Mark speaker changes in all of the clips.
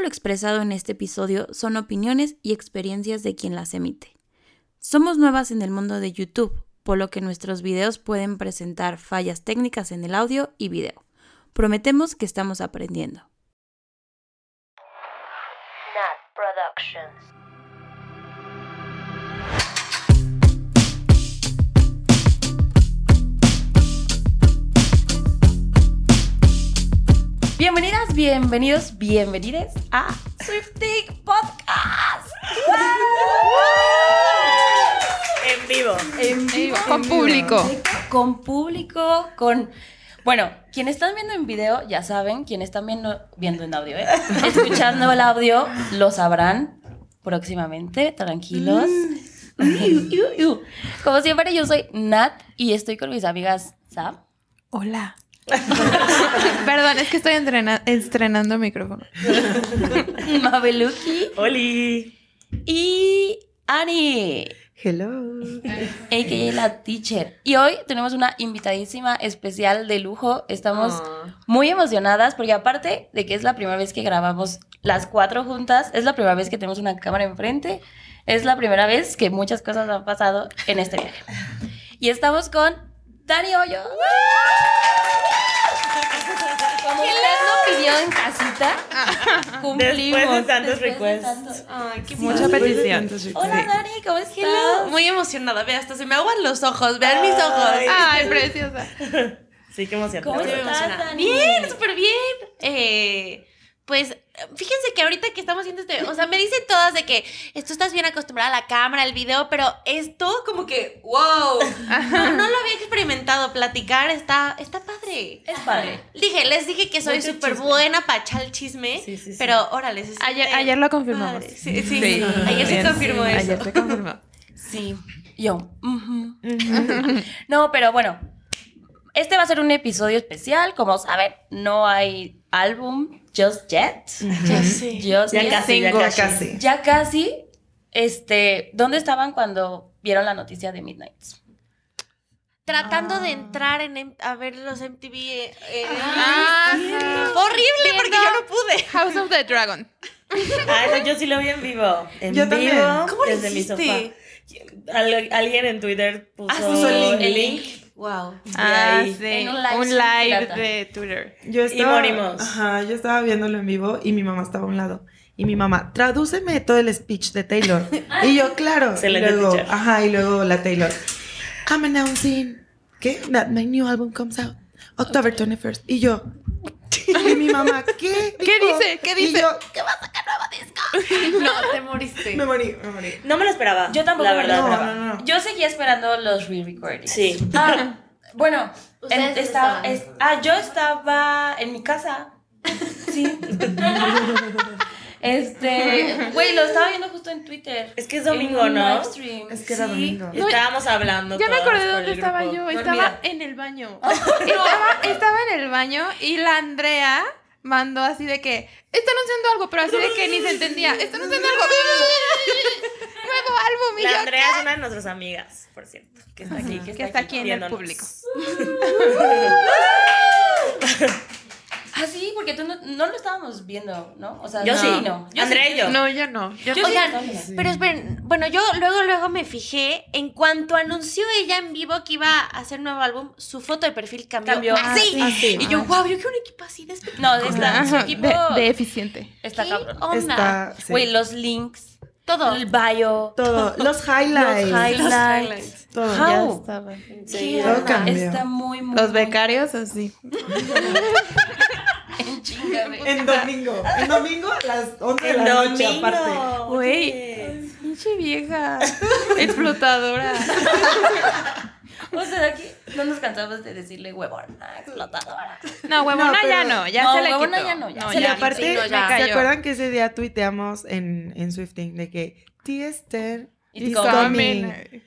Speaker 1: lo expresado en este episodio son opiniones y experiencias de quien las emite. Somos nuevas en el mundo de YouTube, por lo que nuestros videos pueden presentar fallas técnicas en el audio y video. Prometemos que estamos aprendiendo.
Speaker 2: Nat Productions.
Speaker 1: Bienvenidas, bienvenidos, bienvenides a Swifting Podcast.
Speaker 3: En vivo.
Speaker 1: En vivo,
Speaker 4: Con público.
Speaker 1: con público, con... Bueno, quienes están viendo en video ya saben, quienes están viendo, viendo en audio, ¿eh? escuchando el audio, lo sabrán próximamente, tranquilos. Iu, iu, iu. Como siempre, yo soy Nat y estoy con mis amigas Sam.
Speaker 4: Hola. Perdón, es que estoy entrena- estrenando micrófono.
Speaker 1: Mabeluki
Speaker 3: Oli.
Speaker 1: y Ani,
Speaker 3: Hello.
Speaker 1: a.k.a. la teacher. Y hoy tenemos una invitadísima especial de lujo. Estamos
Speaker 3: Ah.
Speaker 1: muy emocionadas porque aparte de que es la primera vez que grabamos las cuatro juntas, es la primera vez que tenemos una cámara enfrente, es la primera vez que muchas cosas han pasado en este viaje. Y estamos con Dani Hoyos. Como usted lo pidió en casita, cumplimos.
Speaker 3: Después de tantos
Speaker 1: Después de
Speaker 3: requests.
Speaker 1: tantos-
Speaker 4: Mucha petición.
Speaker 1: Hola Dani, ¿cómo estás?
Speaker 5: Muy emocionada, ve, hasta se me aguan los ojos, vean mis
Speaker 3: Ay.
Speaker 5: ojos.
Speaker 4: Ay, preciosa.
Speaker 3: Sí, qué emocionante.
Speaker 1: ¿Cómo
Speaker 5: Estoy
Speaker 1: estás,
Speaker 5: emocionada.
Speaker 1: Dani?
Speaker 5: Bien, súper bien. Eh, pues fíjense que ahorita que estamos haciendo este, o sea, me dicen todas de que tú estás bien acostumbrada a la cámara, al video, pero esto como que, wow, no, no lo había experimentado, platicar está, está padre.
Speaker 1: Es padre.
Speaker 5: Dije, les dije que soy
Speaker 3: Mucho
Speaker 5: súper
Speaker 3: chisme.
Speaker 5: buena para echar el chisme,
Speaker 3: Sí, sí, sí.
Speaker 5: pero órale. se
Speaker 4: Ayer,
Speaker 5: siente
Speaker 4: ayer lo confirmamos.
Speaker 5: padre. Eh, Sí, sí, ayer se confirmó eso.
Speaker 4: Ayer se confirmó.
Speaker 1: Sí, yo. ujú. no, pero bueno, este va a ser un episodio especial. Como saben, no hay álbum just yet.
Speaker 5: Ya sé.
Speaker 1: Just
Speaker 3: Ya
Speaker 1: yet.
Speaker 3: casi, ya
Speaker 4: Single.
Speaker 3: casi.
Speaker 1: Ya casi. Este, ¿dónde estaban cuando vieron la noticia de Midnight?
Speaker 5: Tratando
Speaker 3: Ah.
Speaker 5: de entrar en, em- a ver los MTV. eh, eh,
Speaker 4: Ah,
Speaker 5: en-
Speaker 4: sí.
Speaker 5: Fue horrible porque
Speaker 4: Viendo-
Speaker 5: yo no pude.
Speaker 4: House of the Dragon.
Speaker 3: Ah, no, yo sí lo vi en vivo. En
Speaker 6: Yo
Speaker 3: vivo,
Speaker 6: también.
Speaker 5: ¿Cómo lo
Speaker 3: desde mi sofá.
Speaker 5: hiciste?
Speaker 3: Al- alguien en Twitter puso,
Speaker 5: puso el link.
Speaker 3: el Ah, link.
Speaker 5: Wow.
Speaker 3: de
Speaker 4: Ah,
Speaker 3: ahí.
Speaker 4: sí.
Speaker 1: En un
Speaker 4: un
Speaker 1: live
Speaker 4: live,
Speaker 1: stream pirata.
Speaker 4: de Twitter.
Speaker 6: Yo estaba,
Speaker 3: morimos.
Speaker 6: Ajá, yo estaba viéndolo en vivo y mi mamá estaba a un lado. Y mi mamá, tradúceme todo el speech de Taylor. y yo, claro.
Speaker 3: Se
Speaker 6: y
Speaker 3: la
Speaker 6: luego,
Speaker 3: escucha.
Speaker 6: ajá, y luego la Taylor. I'm announcing ¿qué? that my new album comes out October 21st. Y yo, y mi mamá, ¿qué?
Speaker 4: ¿Qué dice? ¿Qué
Speaker 6: Y
Speaker 4: dice?
Speaker 6: yo,
Speaker 4: No, te moriste.
Speaker 6: me morí, me morí.
Speaker 3: No me lo esperaba.
Speaker 1: Yo tampoco
Speaker 3: Ah, La
Speaker 1: me lo
Speaker 3: verdad.
Speaker 6: No,
Speaker 1: esperaba.
Speaker 6: no, no.
Speaker 1: Yo seguía esperando los re-recordings.
Speaker 3: Sí.
Speaker 1: Ah, bueno, en-
Speaker 5: Ustedes
Speaker 1: estaba-
Speaker 5: estaban.
Speaker 1: es- ah, yo estaba en mi casa. Sí. este, güey, lo estaba viendo justo en Twitter.
Speaker 3: Es que es
Speaker 1: En
Speaker 3: domingo,
Speaker 1: un
Speaker 3: ¿no?
Speaker 1: live stream.
Speaker 6: Es que era domingo.
Speaker 4: No,
Speaker 3: Estábamos hablando.
Speaker 4: Ya me
Speaker 3: todas
Speaker 4: acordé
Speaker 3: por
Speaker 4: dónde
Speaker 3: el
Speaker 4: estaba
Speaker 3: grupo. Pues
Speaker 4: yo.
Speaker 5: Dormida.
Speaker 4: Estaba en el baño. estaba, estaba en el baño y la Andrea mandó así de que está anunciando algo, pero así de que ni se entendía. Está anunciando algo. Nuevo álbum y
Speaker 3: La
Speaker 4: yo,
Speaker 3: Andrea es una de nuestras amigas, por cierto. Que está aquí.
Speaker 4: Que está aquí en el
Speaker 3: viéndonos.
Speaker 4: público.
Speaker 1: Ah, sí, porque tú no, no lo estábamos viendo, ¿no? O sea,
Speaker 3: Yo
Speaker 1: no.
Speaker 3: sí.
Speaker 1: no. Yo
Speaker 3: Andrea y yo.
Speaker 4: No, yo no. Yo
Speaker 1: Yo sí
Speaker 5: Oigan,
Speaker 1: lo estaba viendo.
Speaker 5: Pero esperen, bueno, yo luego, luego me fijé, en cuanto anunció ella en vivo que iba a hacer nuevo álbum, su foto de perfil cambió.
Speaker 1: Cambió.
Speaker 5: Así.
Speaker 6: Así.
Speaker 5: Ah, Y yo, wow, yo quiero un equipo así de espectacular.
Speaker 1: No, está, su
Speaker 4: Ajá,
Speaker 1: equipo
Speaker 4: de, de eficiente.
Speaker 1: está cabrón.
Speaker 5: ¿Qué onda?
Speaker 6: Está, Oh, sí.
Speaker 1: Güey, los links,
Speaker 5: Todo.
Speaker 1: el bio,
Speaker 6: todo, los highlights.
Speaker 1: los highlights.
Speaker 6: Todo.
Speaker 1: How?
Speaker 4: Oh.
Speaker 3: Sí,
Speaker 5: ¿Qué
Speaker 3: yo-
Speaker 6: Todo cambió.
Speaker 1: Está muy, muy
Speaker 4: Los
Speaker 1: muy
Speaker 4: becarios así.
Speaker 1: en chinga, güey.
Speaker 6: En domingo. En domingo a las 11 de
Speaker 3: El
Speaker 6: la noche,
Speaker 3: domingo.
Speaker 6: aparte.
Speaker 4: Güey. Pinche vieja. Explotadora.
Speaker 1: O sea, de aquí no nos cansamos de decirle huevona, explotadora.
Speaker 4: No, huevona
Speaker 6: No, pero-
Speaker 4: ya no. Ya
Speaker 1: No,
Speaker 4: se le
Speaker 1: huevona
Speaker 4: quitó.
Speaker 1: ya no, ya.
Speaker 4: No,
Speaker 1: Se
Speaker 6: Y
Speaker 1: le
Speaker 4: ya.
Speaker 6: aparte,
Speaker 4: sí, no,
Speaker 6: ¿se
Speaker 4: ya. cayó.
Speaker 6: acuerdan que ese día tuiteamos en, en Swifting de que T. Esther
Speaker 1: It's
Speaker 6: is
Speaker 4: Coming.
Speaker 6: coming"?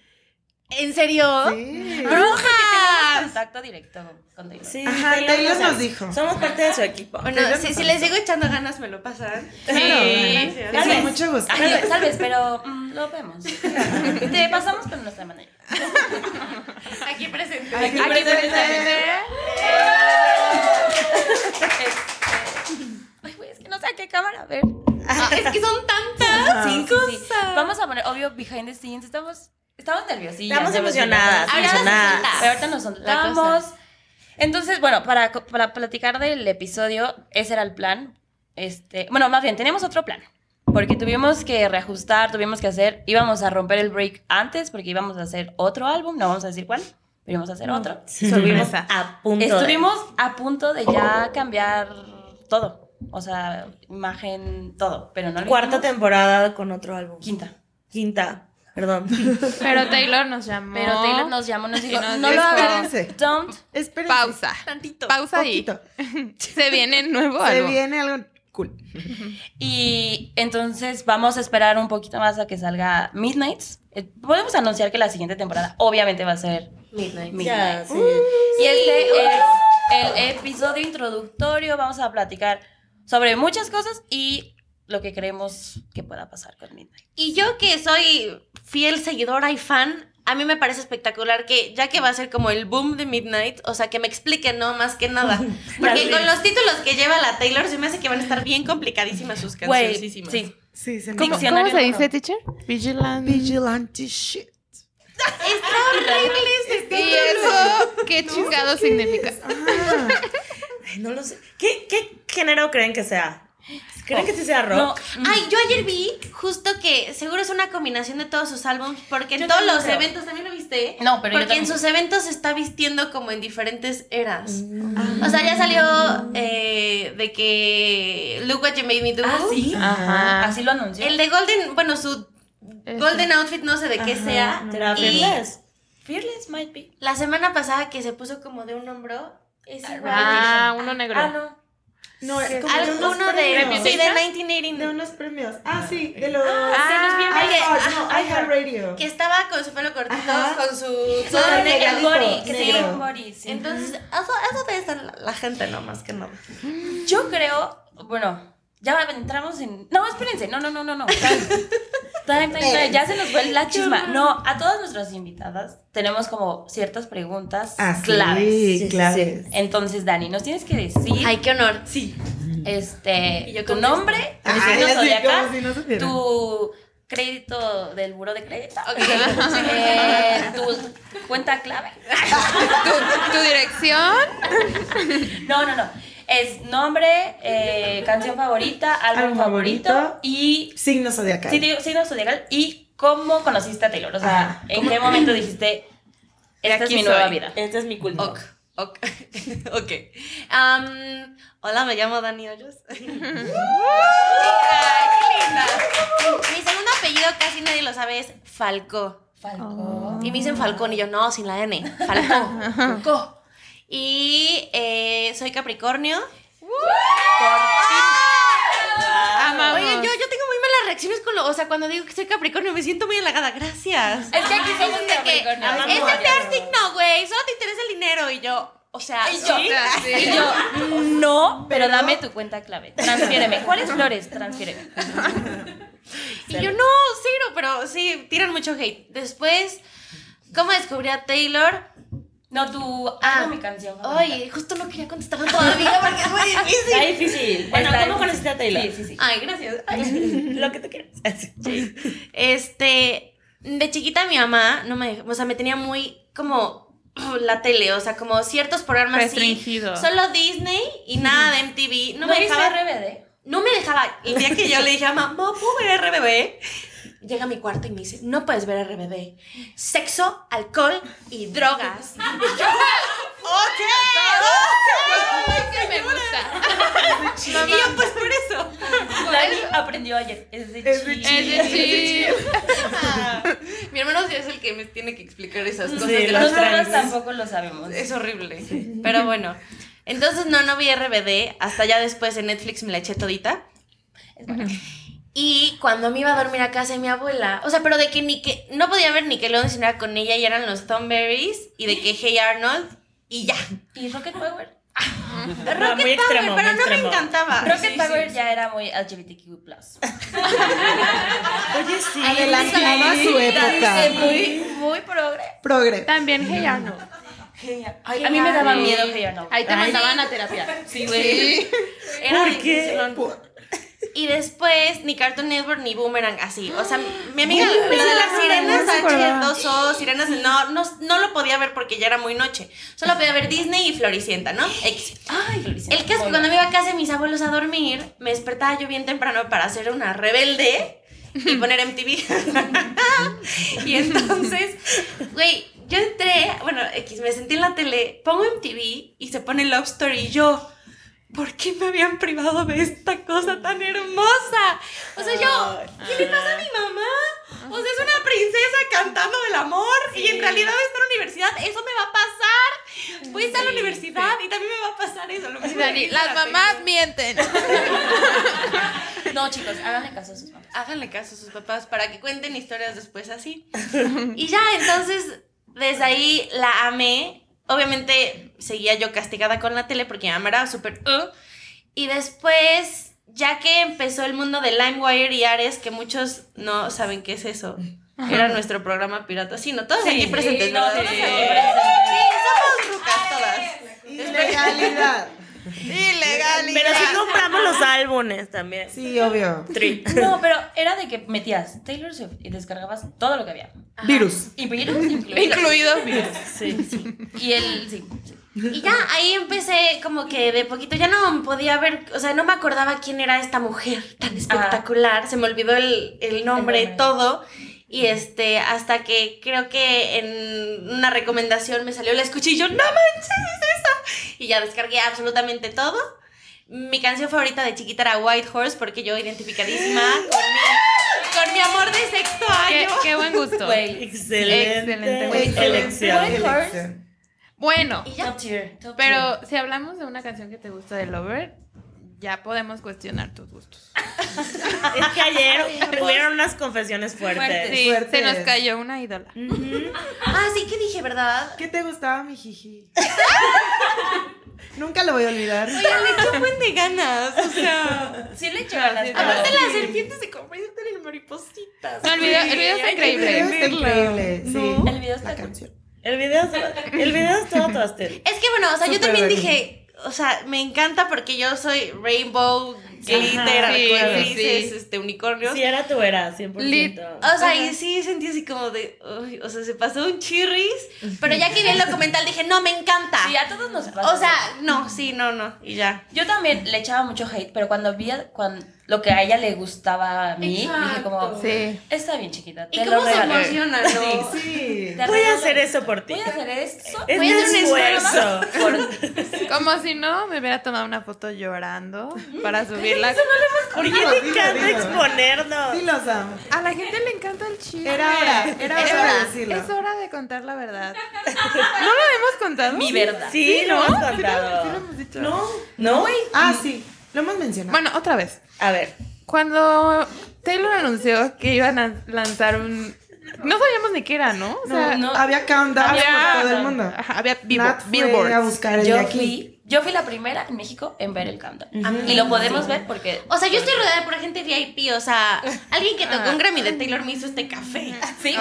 Speaker 5: ¿En serio?
Speaker 6: Sí.
Speaker 1: Tenemos
Speaker 5: ¡Brujas!
Speaker 1: contacto directo con Taylor.
Speaker 3: Sí,
Speaker 6: Ajá, Taylor nos
Speaker 3: sabe.
Speaker 6: dijo.
Speaker 3: Somos parte de su equipo.
Speaker 5: Bueno, si, si les sigo echando ganas, me lo pasan.
Speaker 4: Sí.
Speaker 6: Sí,
Speaker 1: Tal vez.
Speaker 6: con mucho gusto.
Speaker 1: Ay, no, tal vez, pero mm, lo vemos. Te pasamos con nuestra manera.
Speaker 5: Aquí presente.
Speaker 6: Aquí
Speaker 4: Aquí ¿eh?
Speaker 6: presente.
Speaker 4: presente.
Speaker 1: Este, Ay, güey, es que no no sé a qué cámara, a ver.
Speaker 5: Ah, es que son tantas
Speaker 1: Sí, sí, sí.
Speaker 5: cosas.
Speaker 1: Vamos a poner, obvio, behind the scenes, estamos, estamos nerviosillas.
Speaker 3: Estamos emocionadas,
Speaker 1: Ahorita nos
Speaker 5: emocionadas.
Speaker 1: soltamos, Pero ahorita nos soltamos. Entonces, bueno, para, co- para platicar del episodio, ese era el plan. Este, bueno, más bien, teníamos otro plan. Porque tuvimos que reajustar, tuvimos que hacer, íbamos a romper el break antes porque íbamos a hacer otro álbum, no vamos a decir cuál, pero íbamos a hacer otro.
Speaker 3: Estuvimos
Speaker 4: Sorpresa.
Speaker 3: a Mm. punto.
Speaker 1: Estuvimos a punto de ya cambiar todo. O sea, imagen, todo. Pero no
Speaker 3: de...
Speaker 1: lo
Speaker 3: cuarta
Speaker 1: hicimos.
Speaker 3: temporada con otro álbum.
Speaker 1: Quinta.
Speaker 3: Quinta, perdón.
Speaker 4: Pero Taylor nos llamó.
Speaker 1: Pero Taylor nos llamó, nos dijo,
Speaker 4: Y nos
Speaker 1: no lo
Speaker 4: dijo-
Speaker 1: hagan.
Speaker 6: Espérense.
Speaker 1: Don't.
Speaker 6: Espérense.
Speaker 4: Pausa.
Speaker 5: Tantito.
Speaker 4: Pausa ahí.
Speaker 6: Poquito.
Speaker 4: Se viene nuevo
Speaker 6: Se
Speaker 4: algo.
Speaker 6: viene algo cool.
Speaker 1: Y entonces vamos a esperar un poquito más a que salga Midnights. Eh, Podemos anunciar que la siguiente temporada obviamente va a ser
Speaker 5: Midnight.
Speaker 1: Midnights.
Speaker 3: sí.
Speaker 1: Y este es el episodio introductorio. Vamos a platicar sobre muchas cosas y lo que creemos que pueda pasar con Midnight.
Speaker 5: Y yo que soy fiel seguidora y fan, a mí me parece espectacular que ya que va a ser como el boom de Midnight, o sea, que me expliquen, ¿no? Más que nada. Porque con los títulos que lleva la Taylor se me hace que van a estar bien complicadísimas sus
Speaker 1: Güey,
Speaker 5: canciones.
Speaker 1: sí.
Speaker 6: Sí, se me
Speaker 1: ¿Cómo-
Speaker 6: hizo.
Speaker 1: Diccionario número uno.
Speaker 4: teacher? Vigilante.
Speaker 6: Vigilante shit.
Speaker 4: ¿Y eso qué chingado significa?
Speaker 6: Ajá.
Speaker 3: Ay, no lo sé. ¿Qué, qué género creen que sea? ¿Creen que sí sea
Speaker 1: No,
Speaker 3: rock?
Speaker 5: Ay, yo ayer vi justo que seguro es una combinación de todos sus álbumes, porque
Speaker 1: Yo
Speaker 5: en todos
Speaker 1: también
Speaker 5: los
Speaker 1: creo.
Speaker 5: eventos, ¿también lo viste?
Speaker 1: mm, No, pero yo
Speaker 5: Porque en
Speaker 1: también.
Speaker 5: sus eventos se está vistiendo como en diferentes eras.
Speaker 1: Mm.
Speaker 5: O sea, ya salió eh, de que Look What You Made Me Do.
Speaker 1: Ah, sí.
Speaker 4: Ajá.
Speaker 1: Así lo anunció.
Speaker 5: El de Golden, bueno, su
Speaker 4: Ese.
Speaker 5: Golden Outfit, no sé de qué sea.
Speaker 3: ¿Será
Speaker 5: y
Speaker 3: Fearless?
Speaker 1: Fearless might be.
Speaker 5: La semana pasada que se puso como de un hombro, es igual.
Speaker 4: Ah, uno negro.
Speaker 1: Ah, no.
Speaker 6: No, es como de unos
Speaker 5: Alguno de,
Speaker 6: premios.
Speaker 5: sí, de
Speaker 6: De
Speaker 5: 1989.
Speaker 6: unos premios. Ah, sí, de los.
Speaker 5: sí, los vi en
Speaker 6: I
Speaker 5: Vegas.
Speaker 6: Heart, no,
Speaker 5: Ajá.
Speaker 6: I Heart Radio.
Speaker 5: Ah, Que estaba con su pelo cortito,
Speaker 6: Ajá.
Speaker 5: con su...
Speaker 1: Todo
Speaker 5: todo
Speaker 1: negro,
Speaker 5: negro.
Speaker 1: el body,
Speaker 6: negro.
Speaker 1: que
Speaker 6: Negro.
Speaker 1: se llama un body, sí.
Speaker 5: Entonces, eso, eso debe estar la, la gente, no más que nada.
Speaker 1: Yo creo, bueno, ya entramos en. No, espérense, no, no, no, no, no. Time, time, time, time, Ya se nos fue la chisma. No, a todas nuestras invitadas tenemos como ciertas preguntas
Speaker 6: Ah,
Speaker 1: claves.
Speaker 6: Sí, claves.
Speaker 1: Entonces, Dani, nos tienes que decir
Speaker 5: Ay, qué honor. Sí.
Speaker 1: este
Speaker 5: Y yo
Speaker 1: tu
Speaker 5: contesto.
Speaker 1: nombre, tu
Speaker 6: Ay,
Speaker 1: signo
Speaker 6: así como
Speaker 1: zodiacal,
Speaker 6: si no supiera.
Speaker 1: tu crédito del buro de crédito, eh, tu cuenta clave.
Speaker 4: Ah, ¿Tu, tu dirección?
Speaker 1: No, no, no. Es nombre, eh, canción favorita, álbum
Speaker 6: Álbum favorito.
Speaker 1: favorito, y
Speaker 6: Signo zodiacal.
Speaker 1: sí, digo, signo zodiacal y cómo conociste a Taylor. O sea,
Speaker 6: Ah,
Speaker 1: ¿en qué momento dijiste esta es
Speaker 5: aquí
Speaker 1: mi nueva
Speaker 5: soy"?
Speaker 1: vida?
Speaker 3: Este es mi culto.
Speaker 5: Ok, ok. ok. Am, hola, me llamo Dani Hoyos. Ay, qué linda. Mi segundo apellido casi nadie lo sabe es Falcó.
Speaker 1: Falcón.
Speaker 5: Y me dicen Falcón y yo, no, sin la N. Falcó. Falcó. Y eh, soy Capricornio.
Speaker 1: Ah,
Speaker 4: Amamos.
Speaker 5: Oye, yo, yo tengo muy malas reacciones con lo. O sea, cuando digo que soy Capricornio me siento muy halagada. Gracias.
Speaker 1: Es que aquí somos
Speaker 5: de que,
Speaker 1: Capricornio.
Speaker 5: Es el peor signo, güey. Solo te interesa el dinero. Y yo, o sea,
Speaker 1: Y yo,
Speaker 5: ¿sí?
Speaker 1: Y yo, no, pero dame tu cuenta clave. Transfiéreme. ¿Cuáles flores? Transfiéreme.
Speaker 5: Y yo, no, cero, pero sí, tiran mucho hate. Después, ¿cómo descubrí a Taylor?
Speaker 1: No, tu.
Speaker 5: Ah.
Speaker 1: Ah, mi canción. favorita.
Speaker 5: Ay, justo no quería contestarlo todavía porque es muy
Speaker 3: Está
Speaker 5: difícil.
Speaker 3: difícil. Bueno,
Speaker 1: Está
Speaker 3: ¿cómo
Speaker 1: difícil.
Speaker 3: conociste a Taylor?
Speaker 1: Sí, sí, sí.
Speaker 5: Ay, gracias. Ay.
Speaker 3: Lo que tú quieras.
Speaker 5: Este, de chiquita mi mamá no me, dejó- o sea, me tenía muy como la tele, o sea, como ciertos programas así.
Speaker 4: Restringido.
Speaker 5: Solo Disney y nada de MTV. No,
Speaker 1: ¿No,
Speaker 5: me
Speaker 1: viste
Speaker 5: dejaba.
Speaker 1: RBD?
Speaker 5: No me dejaba. El día que yo le dije a mamá, "Mamá, ¿puedo ver RBD? Llega a mi cuarto y me dice, no puedes ver RBD. Sexo, alcohol y drogas. Y yo, ok,
Speaker 4: Ay, que me gusta.
Speaker 5: ok". Y yo, pues por eso.
Speaker 1: Dani aprendió ayer. Es de
Speaker 6: Es de
Speaker 1: chill.
Speaker 4: Es decir,
Speaker 5: Mi hermano sí es el que me tiene que explicar esas cosas.
Speaker 3: Sí,
Speaker 5: de
Speaker 3: los
Speaker 5: las
Speaker 1: Nosotros
Speaker 3: trans.
Speaker 1: tampoco lo sabemos.
Speaker 5: Es horrible. Pero bueno. Entonces no, no vi RBD. Hasta ya después en Netflix me la eché todita. Y cuando me iba a dormir a casa de mi abuela, o sea, pero de que ni que no podía ver Nickelodeon si no era con ella y eran los Thornberries y de que Hey Arnold y ya. Ah,
Speaker 1: ¿Y Rocket Power?
Speaker 5: Rocket
Speaker 3: muy
Speaker 5: Power,
Speaker 3: extremo,
Speaker 5: pero
Speaker 3: muy
Speaker 5: no
Speaker 3: extremo.
Speaker 5: me encantaba.
Speaker 1: Rocket Power ya era muy LGBTQ.
Speaker 3: Oye, sí.
Speaker 6: Adelantaba su época.
Speaker 1: Muy, muy progre.
Speaker 6: Progre.
Speaker 4: también Hey Arnold.
Speaker 1: Ay, a mí me daba miedo que yo no.
Speaker 4: Ahí te mandaban a terapia.
Speaker 5: Sí, güey. Era
Speaker 3: ¿Por qué?
Speaker 5: difícil.
Speaker 6: Por-
Speaker 5: Y después ni Cartoon Network ni Boomerang, así. O sea, mi amiga, lo de las sirenas
Speaker 6: no se acordaba.
Speaker 5: H2O, sirenas, no, no, no lo podía ver porque ya era muy noche. Solo podía ver Disney y Floricienta, ¿no? X.
Speaker 1: Ay, Floricienta.
Speaker 5: El caso es que cuando me iba a casa de mis abuelos a dormir, me despertaba yo bien temprano para ser una rebelde y poner MTV. y entonces, güey, yo entré, bueno, X, me senté en la tele, pongo MTV y se pone Love Story y yo. ¿Por qué me habían privado de esta cosa tan hermosa? O sea, yo, ¿qué le pasa a mi mamá? O sea, es una princesa cantando del amor y en realidad está en la universidad. Eso me va a pasar. Voy a estar en la universidad y también me va a pasar eso. Lo mismo que
Speaker 4: Dani,
Speaker 5: hice la
Speaker 4: las mamás mienten.
Speaker 1: No, chicos, háganle caso a sus mamás.
Speaker 5: háganle caso a sus papás para que cuenten historias después así. Y ya, entonces, desde ahí la amé. Obviamente, seguía yo castigada con la tele porque mi mamá era súper... "Uh". y después, ya que empezó el mundo de LimeWire y Ares, que muchos no saben qué es eso. Era nuestro programa pirata. Sí, no, todos aquí presentes, ¿no? Todos aquí presentes. Sí, somos rucas todas.
Speaker 6: Ilegalidad.
Speaker 4: Ilegalidad.
Speaker 3: Pero sí compramos los álbumes también.
Speaker 6: Sí, obvio.
Speaker 3: Tri.
Speaker 1: No, pero era de que metías Taylor Swift y descargabas todo lo que había.
Speaker 6: Virus.
Speaker 1: Y virus incluido.
Speaker 4: Incluido.
Speaker 1: Sí, sí. Y él, sí. sí.
Speaker 5: Y ya ahí empecé como que de poquito, ya no podía ver, o sea, no me acordaba quién era esta mujer tan espectacular, se me olvidó el, el nombre,
Speaker 1: El nombre.
Speaker 5: todo. Y este, hasta que creo que en una recomendación me salió, la escuché y yo, no manches, es esa. Y ya descargué absolutamente todo. Mi canción favorita de chiquita era White Horse, porque yo identificadísima con mi, con mi amor de sexto
Speaker 4: Qué,
Speaker 5: año.
Speaker 4: qué buen gusto.
Speaker 1: Güey.
Speaker 3: Excelente.
Speaker 4: Excelente.
Speaker 3: Güey,
Speaker 1: Güey,
Speaker 3: Selección.
Speaker 4: Bueno,
Speaker 5: Y ya.
Speaker 1: Top tier. top tier.
Speaker 4: pero si hablamos de una canción que te gusta de Lover, ya podemos cuestionar tus gustos.
Speaker 3: Es que ayer tuvieron unas confesiones fuertes.
Speaker 4: Sí,
Speaker 6: Fuertes.
Speaker 4: se nos cayó una ídola.
Speaker 5: Ah, sí, que dije, ¿verdad?
Speaker 6: ¿Qué te gustaba mi jiji? Nunca lo voy a olvidar.
Speaker 5: Ya le echó un buen de ganas, o sea.
Speaker 1: Sí le echó ganas, pero-
Speaker 5: Aparte las serpientes se convierten en maripositas.
Speaker 4: No, el video, el video está
Speaker 6: El video
Speaker 4: increíble.
Speaker 6: está increíble. Sí.
Speaker 1: El video está
Speaker 6: La
Speaker 1: cool.
Speaker 6: canción.
Speaker 3: El video, es- el video es todo pastel.
Speaker 5: Es que bueno, o sea, yo
Speaker 6: Súper
Speaker 5: también
Speaker 6: bonito.
Speaker 5: dije, o sea, me encanta porque yo soy rainbow, glitter,
Speaker 4: Ajá, sí,
Speaker 5: arcoíris,
Speaker 4: sí.
Speaker 5: este unicornios.
Speaker 3: Si era tu era, 100%.
Speaker 4: Lit.
Speaker 5: O sea,
Speaker 4: Ajá.
Speaker 5: y sí sentí así como de, uy, o sea, se pasó un chirris, pero ya que vi el documental dije, "No, me encanta."
Speaker 1: Sí, a todos nos pasa.
Speaker 5: o sea, no, sí, no, no, y ya.
Speaker 1: Yo también le echaba mucho hate, pero cuando vi a- cuan- lo que a ella le gustaba a mí, dije como,
Speaker 4: Sí.
Speaker 1: está bien chiquita,
Speaker 5: ¿Y
Speaker 1: te
Speaker 5: cómo
Speaker 1: lo
Speaker 5: se
Speaker 1: regalo.
Speaker 5: emociona, no?
Speaker 6: Sí.
Speaker 1: Te
Speaker 3: Voy a
Speaker 1: regalo-
Speaker 3: hacer eso por ti.
Speaker 1: Voy a hacer eso.
Speaker 3: Es
Speaker 1: voy a
Speaker 3: mi
Speaker 1: hacer un
Speaker 3: esfuerzo.
Speaker 1: esfuerzo por ti.
Speaker 4: Como si no me hubiera tomado una foto llorando para subirla.
Speaker 3: ¿Por qué
Speaker 6: Dilo,
Speaker 3: te
Speaker 6: dilo,
Speaker 3: encanta
Speaker 6: dilo.
Speaker 3: exponernos?
Speaker 6: Sí los amo.
Speaker 4: A la gente le encanta el chisme.
Speaker 6: Era hora, era hora de decirlo.
Speaker 4: Es hora de contar la verdad. ¿No lo hemos contado?
Speaker 1: Mi verdad.
Speaker 3: Sí, lo hemos contado.
Speaker 6: No.
Speaker 3: ¿No?
Speaker 6: Ah,
Speaker 1: Mm.
Speaker 6: sí. Lo hemos mencionado.
Speaker 4: Bueno, otra vez.
Speaker 3: A ver.
Speaker 4: Cuando Taylor anunció que iban a lanzar un... No sabíamos ni qué era, ¿no? O sea,
Speaker 1: no.
Speaker 6: había countdown
Speaker 4: había-
Speaker 6: por todo el mundo.
Speaker 4: Ajá, había
Speaker 6: Nat
Speaker 4: billboard-
Speaker 6: fue a
Speaker 4: billboards.
Speaker 6: buscar el de
Speaker 1: Yo
Speaker 6: aquí.
Speaker 1: fui, yo fui la primera en México en ver el countdown. Y lo podemos ver porque...
Speaker 5: O sea, yo estoy rodeada por gente VIP, o sea, alguien que tocó un Grammy de Taylor me hizo este café.
Speaker 1: Sí.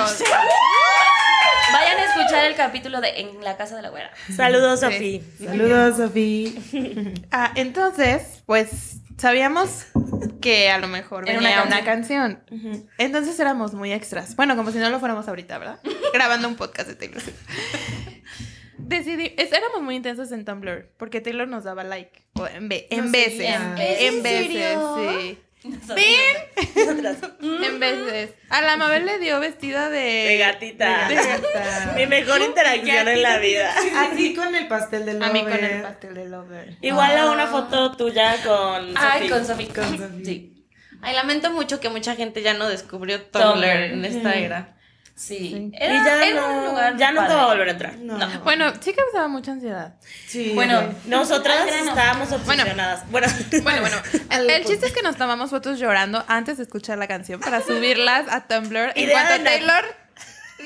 Speaker 1: Vayan a escuchar el capítulo de En la casa de la güera.
Speaker 3: Saludos, Sofía.
Speaker 6: Saludos, Sofía.
Speaker 4: Ah, entonces, pues sabíamos que a lo mejor
Speaker 1: Era
Speaker 4: venía
Speaker 1: una
Speaker 4: una canción. Entonces éramos muy extras. Bueno, como si no lo fuéramos ahorita, ¿verdad? Grabando un podcast de Taylor Swift. Decidí, es- éramos muy intensos en Tumblr porque Taylor nos daba like o en, ve- en
Speaker 6: Nos
Speaker 4: veces,
Speaker 6: seguía.
Speaker 4: en,
Speaker 6: ¿Es
Speaker 5: en
Speaker 4: veces,
Speaker 5: serio?
Speaker 4: sí,
Speaker 1: Ven.
Speaker 4: en veces. A la Mabel le dio vestida de,
Speaker 3: De gatita.
Speaker 4: de gata.
Speaker 3: Mi mejor interacción en la vida.
Speaker 6: Así con el pastel de
Speaker 4: A mí con el
Speaker 6: Lover.
Speaker 4: pastel de Lover.
Speaker 3: Igual a una foto tuya con
Speaker 1: Ay,
Speaker 3: Sophie.
Speaker 1: con Sofi.
Speaker 6: Con Sophie.
Speaker 1: Sí.
Speaker 5: Ay, lamento mucho que mucha gente ya no descubrió Tumblr en esta era.
Speaker 1: Sí.
Speaker 4: Sí.
Speaker 1: Era,
Speaker 3: y ya
Speaker 1: era
Speaker 3: no,
Speaker 1: un lugar
Speaker 3: ya nunca
Speaker 1: padre.
Speaker 3: va a volver a entrar.
Speaker 6: No.
Speaker 4: Bueno, sí causaba mucha ansiedad.
Speaker 6: Sí.
Speaker 1: Bueno,
Speaker 3: Nosotras estábamos obsesionadas. Bueno,
Speaker 4: Bueno, bueno. El, el chiste es que nos tomamos fotos llorando antes de escuchar la canción para subirlas a Tumblr en
Speaker 3: Idea de
Speaker 4: cuanto
Speaker 3: la-
Speaker 4: Taylor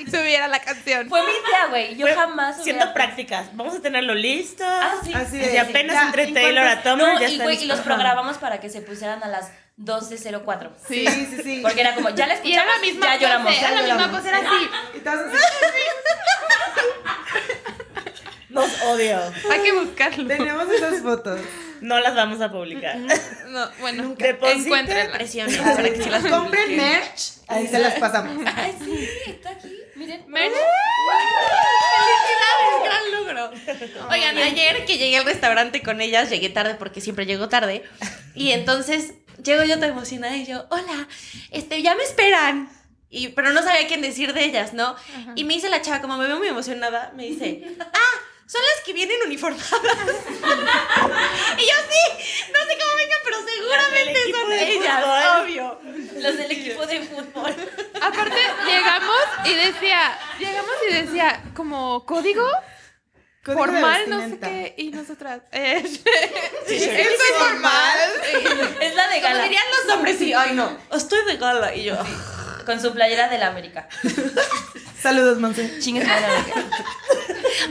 Speaker 4: subiera la canción.
Speaker 1: Fue mi idea, güey. Yo jamás hubiera-
Speaker 3: Siendo prácticas. Vamos a tenerlo listo.
Speaker 1: Ah, sí.
Speaker 6: Así
Speaker 3: Y
Speaker 6: es.
Speaker 3: apenas
Speaker 6: Ya,
Speaker 3: entre
Speaker 6: en
Speaker 3: Taylor
Speaker 6: cuanto-
Speaker 3: a Tom
Speaker 1: No,
Speaker 3: ya
Speaker 1: y,
Speaker 3: está
Speaker 1: güey, y
Speaker 3: listo.
Speaker 1: los programamos para que se pusieran a las 12.04.
Speaker 6: Sí, sí, sí.
Speaker 1: Porque era como, ya la escuchamos,
Speaker 4: Y era la misma
Speaker 1: ya lloramos.
Speaker 4: pose, era la misma pose, era así.
Speaker 6: Y todas así,
Speaker 3: Nos odio.
Speaker 4: Hay que buscarlo.
Speaker 6: Tenemos esas fotos.
Speaker 3: No las vamos a publicar.
Speaker 4: No, bueno,
Speaker 6: Nunca.
Speaker 4: encuéntrenla.
Speaker 5: Presiones para que se las
Speaker 6: Compren merch. Ahí se las pasamos.
Speaker 1: Ay, sí, está aquí. Miren.
Speaker 4: Merch.
Speaker 5: gran logro. Oigan, ayer que llegué al restaurante con ellas, llegué tarde porque siempre llego tarde. Y entonces llego yo tan emocionada y yo, hola, este, ya me esperan. Y, pero no sabía quién decir de ellas, ¿no? Y me dice la chava, como me veo muy emocionada, me dice, ah, son las que vienen uniformadas. y yo sí, no sé cómo vengan, pero seguramente
Speaker 3: equipo
Speaker 5: son
Speaker 3: de
Speaker 5: ellas,
Speaker 3: fútbol.
Speaker 5: obvio. Los del equipo de fútbol.
Speaker 4: Aparte, llegamos y decía, llegamos y decía, como código
Speaker 6: Código de
Speaker 4: formal, no sé
Speaker 6: vestimenta.
Speaker 4: qué, y nosotras. eh,
Speaker 6: ¿Eso es formal?
Speaker 1: Es la de
Speaker 5: Como
Speaker 1: gala.
Speaker 5: dirían los hombres, sí, ay no, estoy de gala. Y yo,
Speaker 1: Con su playera de la América.
Speaker 6: Saludos, Monse.
Speaker 1: Chingues madre, América.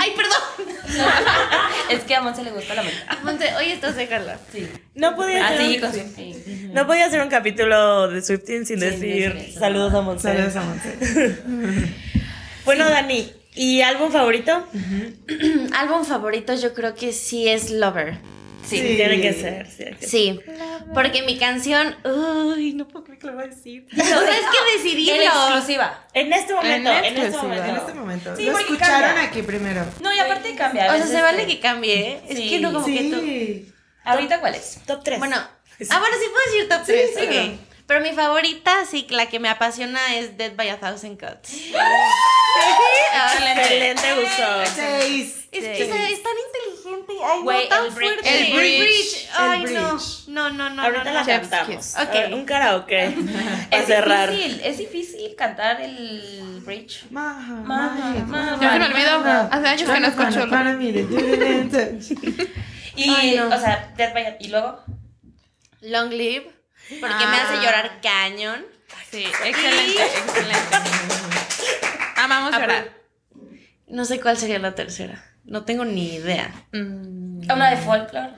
Speaker 5: ay, perdón.
Speaker 1: Es que a Monse le gusta la América.
Speaker 5: Monse, hoy estás de gala.
Speaker 1: Sí.
Speaker 3: No podía hacer,
Speaker 1: Así,
Speaker 3: un,
Speaker 1: con su. Ah, sí.
Speaker 3: no podía hacer un capítulo de Swifting sin
Speaker 1: Sí,
Speaker 3: decir
Speaker 1: sí, sí.
Speaker 3: saludos a Monse.
Speaker 6: Saludos a Monse.
Speaker 3: Bueno, Dani, ¿y álbum favorito?
Speaker 5: Álbum favorito yo creo que sí es Lover.
Speaker 6: Sí.
Speaker 3: Tiene que ser. sí, hay que-
Speaker 5: Sí. Porque mi canción. Uy, no puedo creer que lo voy a decir. O sea, es que decidí
Speaker 1: En
Speaker 5: lo-
Speaker 1: exclusiva.
Speaker 3: En este momento, en, este
Speaker 4: exclusiva.
Speaker 3: momento.
Speaker 6: En este momento.
Speaker 1: Sí,
Speaker 6: Lo
Speaker 1: porque
Speaker 6: escucharon
Speaker 1: cambia.
Speaker 6: aquí primero.
Speaker 1: No, y aparte cambia. a
Speaker 5: O sea,
Speaker 1: veces
Speaker 5: se vale
Speaker 1: te-
Speaker 5: que cambie. ¿eh? Es
Speaker 1: Sí.
Speaker 5: que no como que tú.
Speaker 6: Sí.
Speaker 1: ¿Ahorita cuál es?
Speaker 3: Top 3.
Speaker 5: Bueno. Ah, bueno, sí puedo decir top 3. Pero mi favorita, sí, la que me apasiona es Dead by a Thousand Cuts. Sí, excelente.
Speaker 3: excelente gusto.
Speaker 6: Seis.
Speaker 5: Es que
Speaker 6: Sí.
Speaker 5: esa- es tan inteligente. Ay,
Speaker 1: Güey,
Speaker 5: no, tan
Speaker 1: el bridge.
Speaker 5: fuerte.
Speaker 4: El bridge.
Speaker 5: Ay,
Speaker 6: El
Speaker 5: no.
Speaker 6: bridge.
Speaker 5: No, no, no.
Speaker 3: Ahorita
Speaker 5: no,
Speaker 3: la
Speaker 5: no.
Speaker 4: Chef's
Speaker 3: cantamos.
Speaker 4: kiss.
Speaker 5: Ok.
Speaker 3: A ver, Un karaoke. Para
Speaker 1: Es
Speaker 3: cerrar.
Speaker 1: difícil, es difícil cantar el bridge.
Speaker 6: Maja,
Speaker 1: Maja,
Speaker 6: maja,
Speaker 1: maja.
Speaker 4: Ya se me olvidó.
Speaker 6: maja.
Speaker 4: Hace años que no
Speaker 6: Maja,
Speaker 4: escucho.
Speaker 6: maja, mire, yo le entro.
Speaker 1: Y, o sea, Death by y luego.
Speaker 5: Long Live. Ah. Porque me hace llorar cañón.
Speaker 4: Sí, excelente, excelente. Amamos llorar.
Speaker 5: No sé cuál sería la tercera. No tengo ni idea.
Speaker 1: Una de folklore.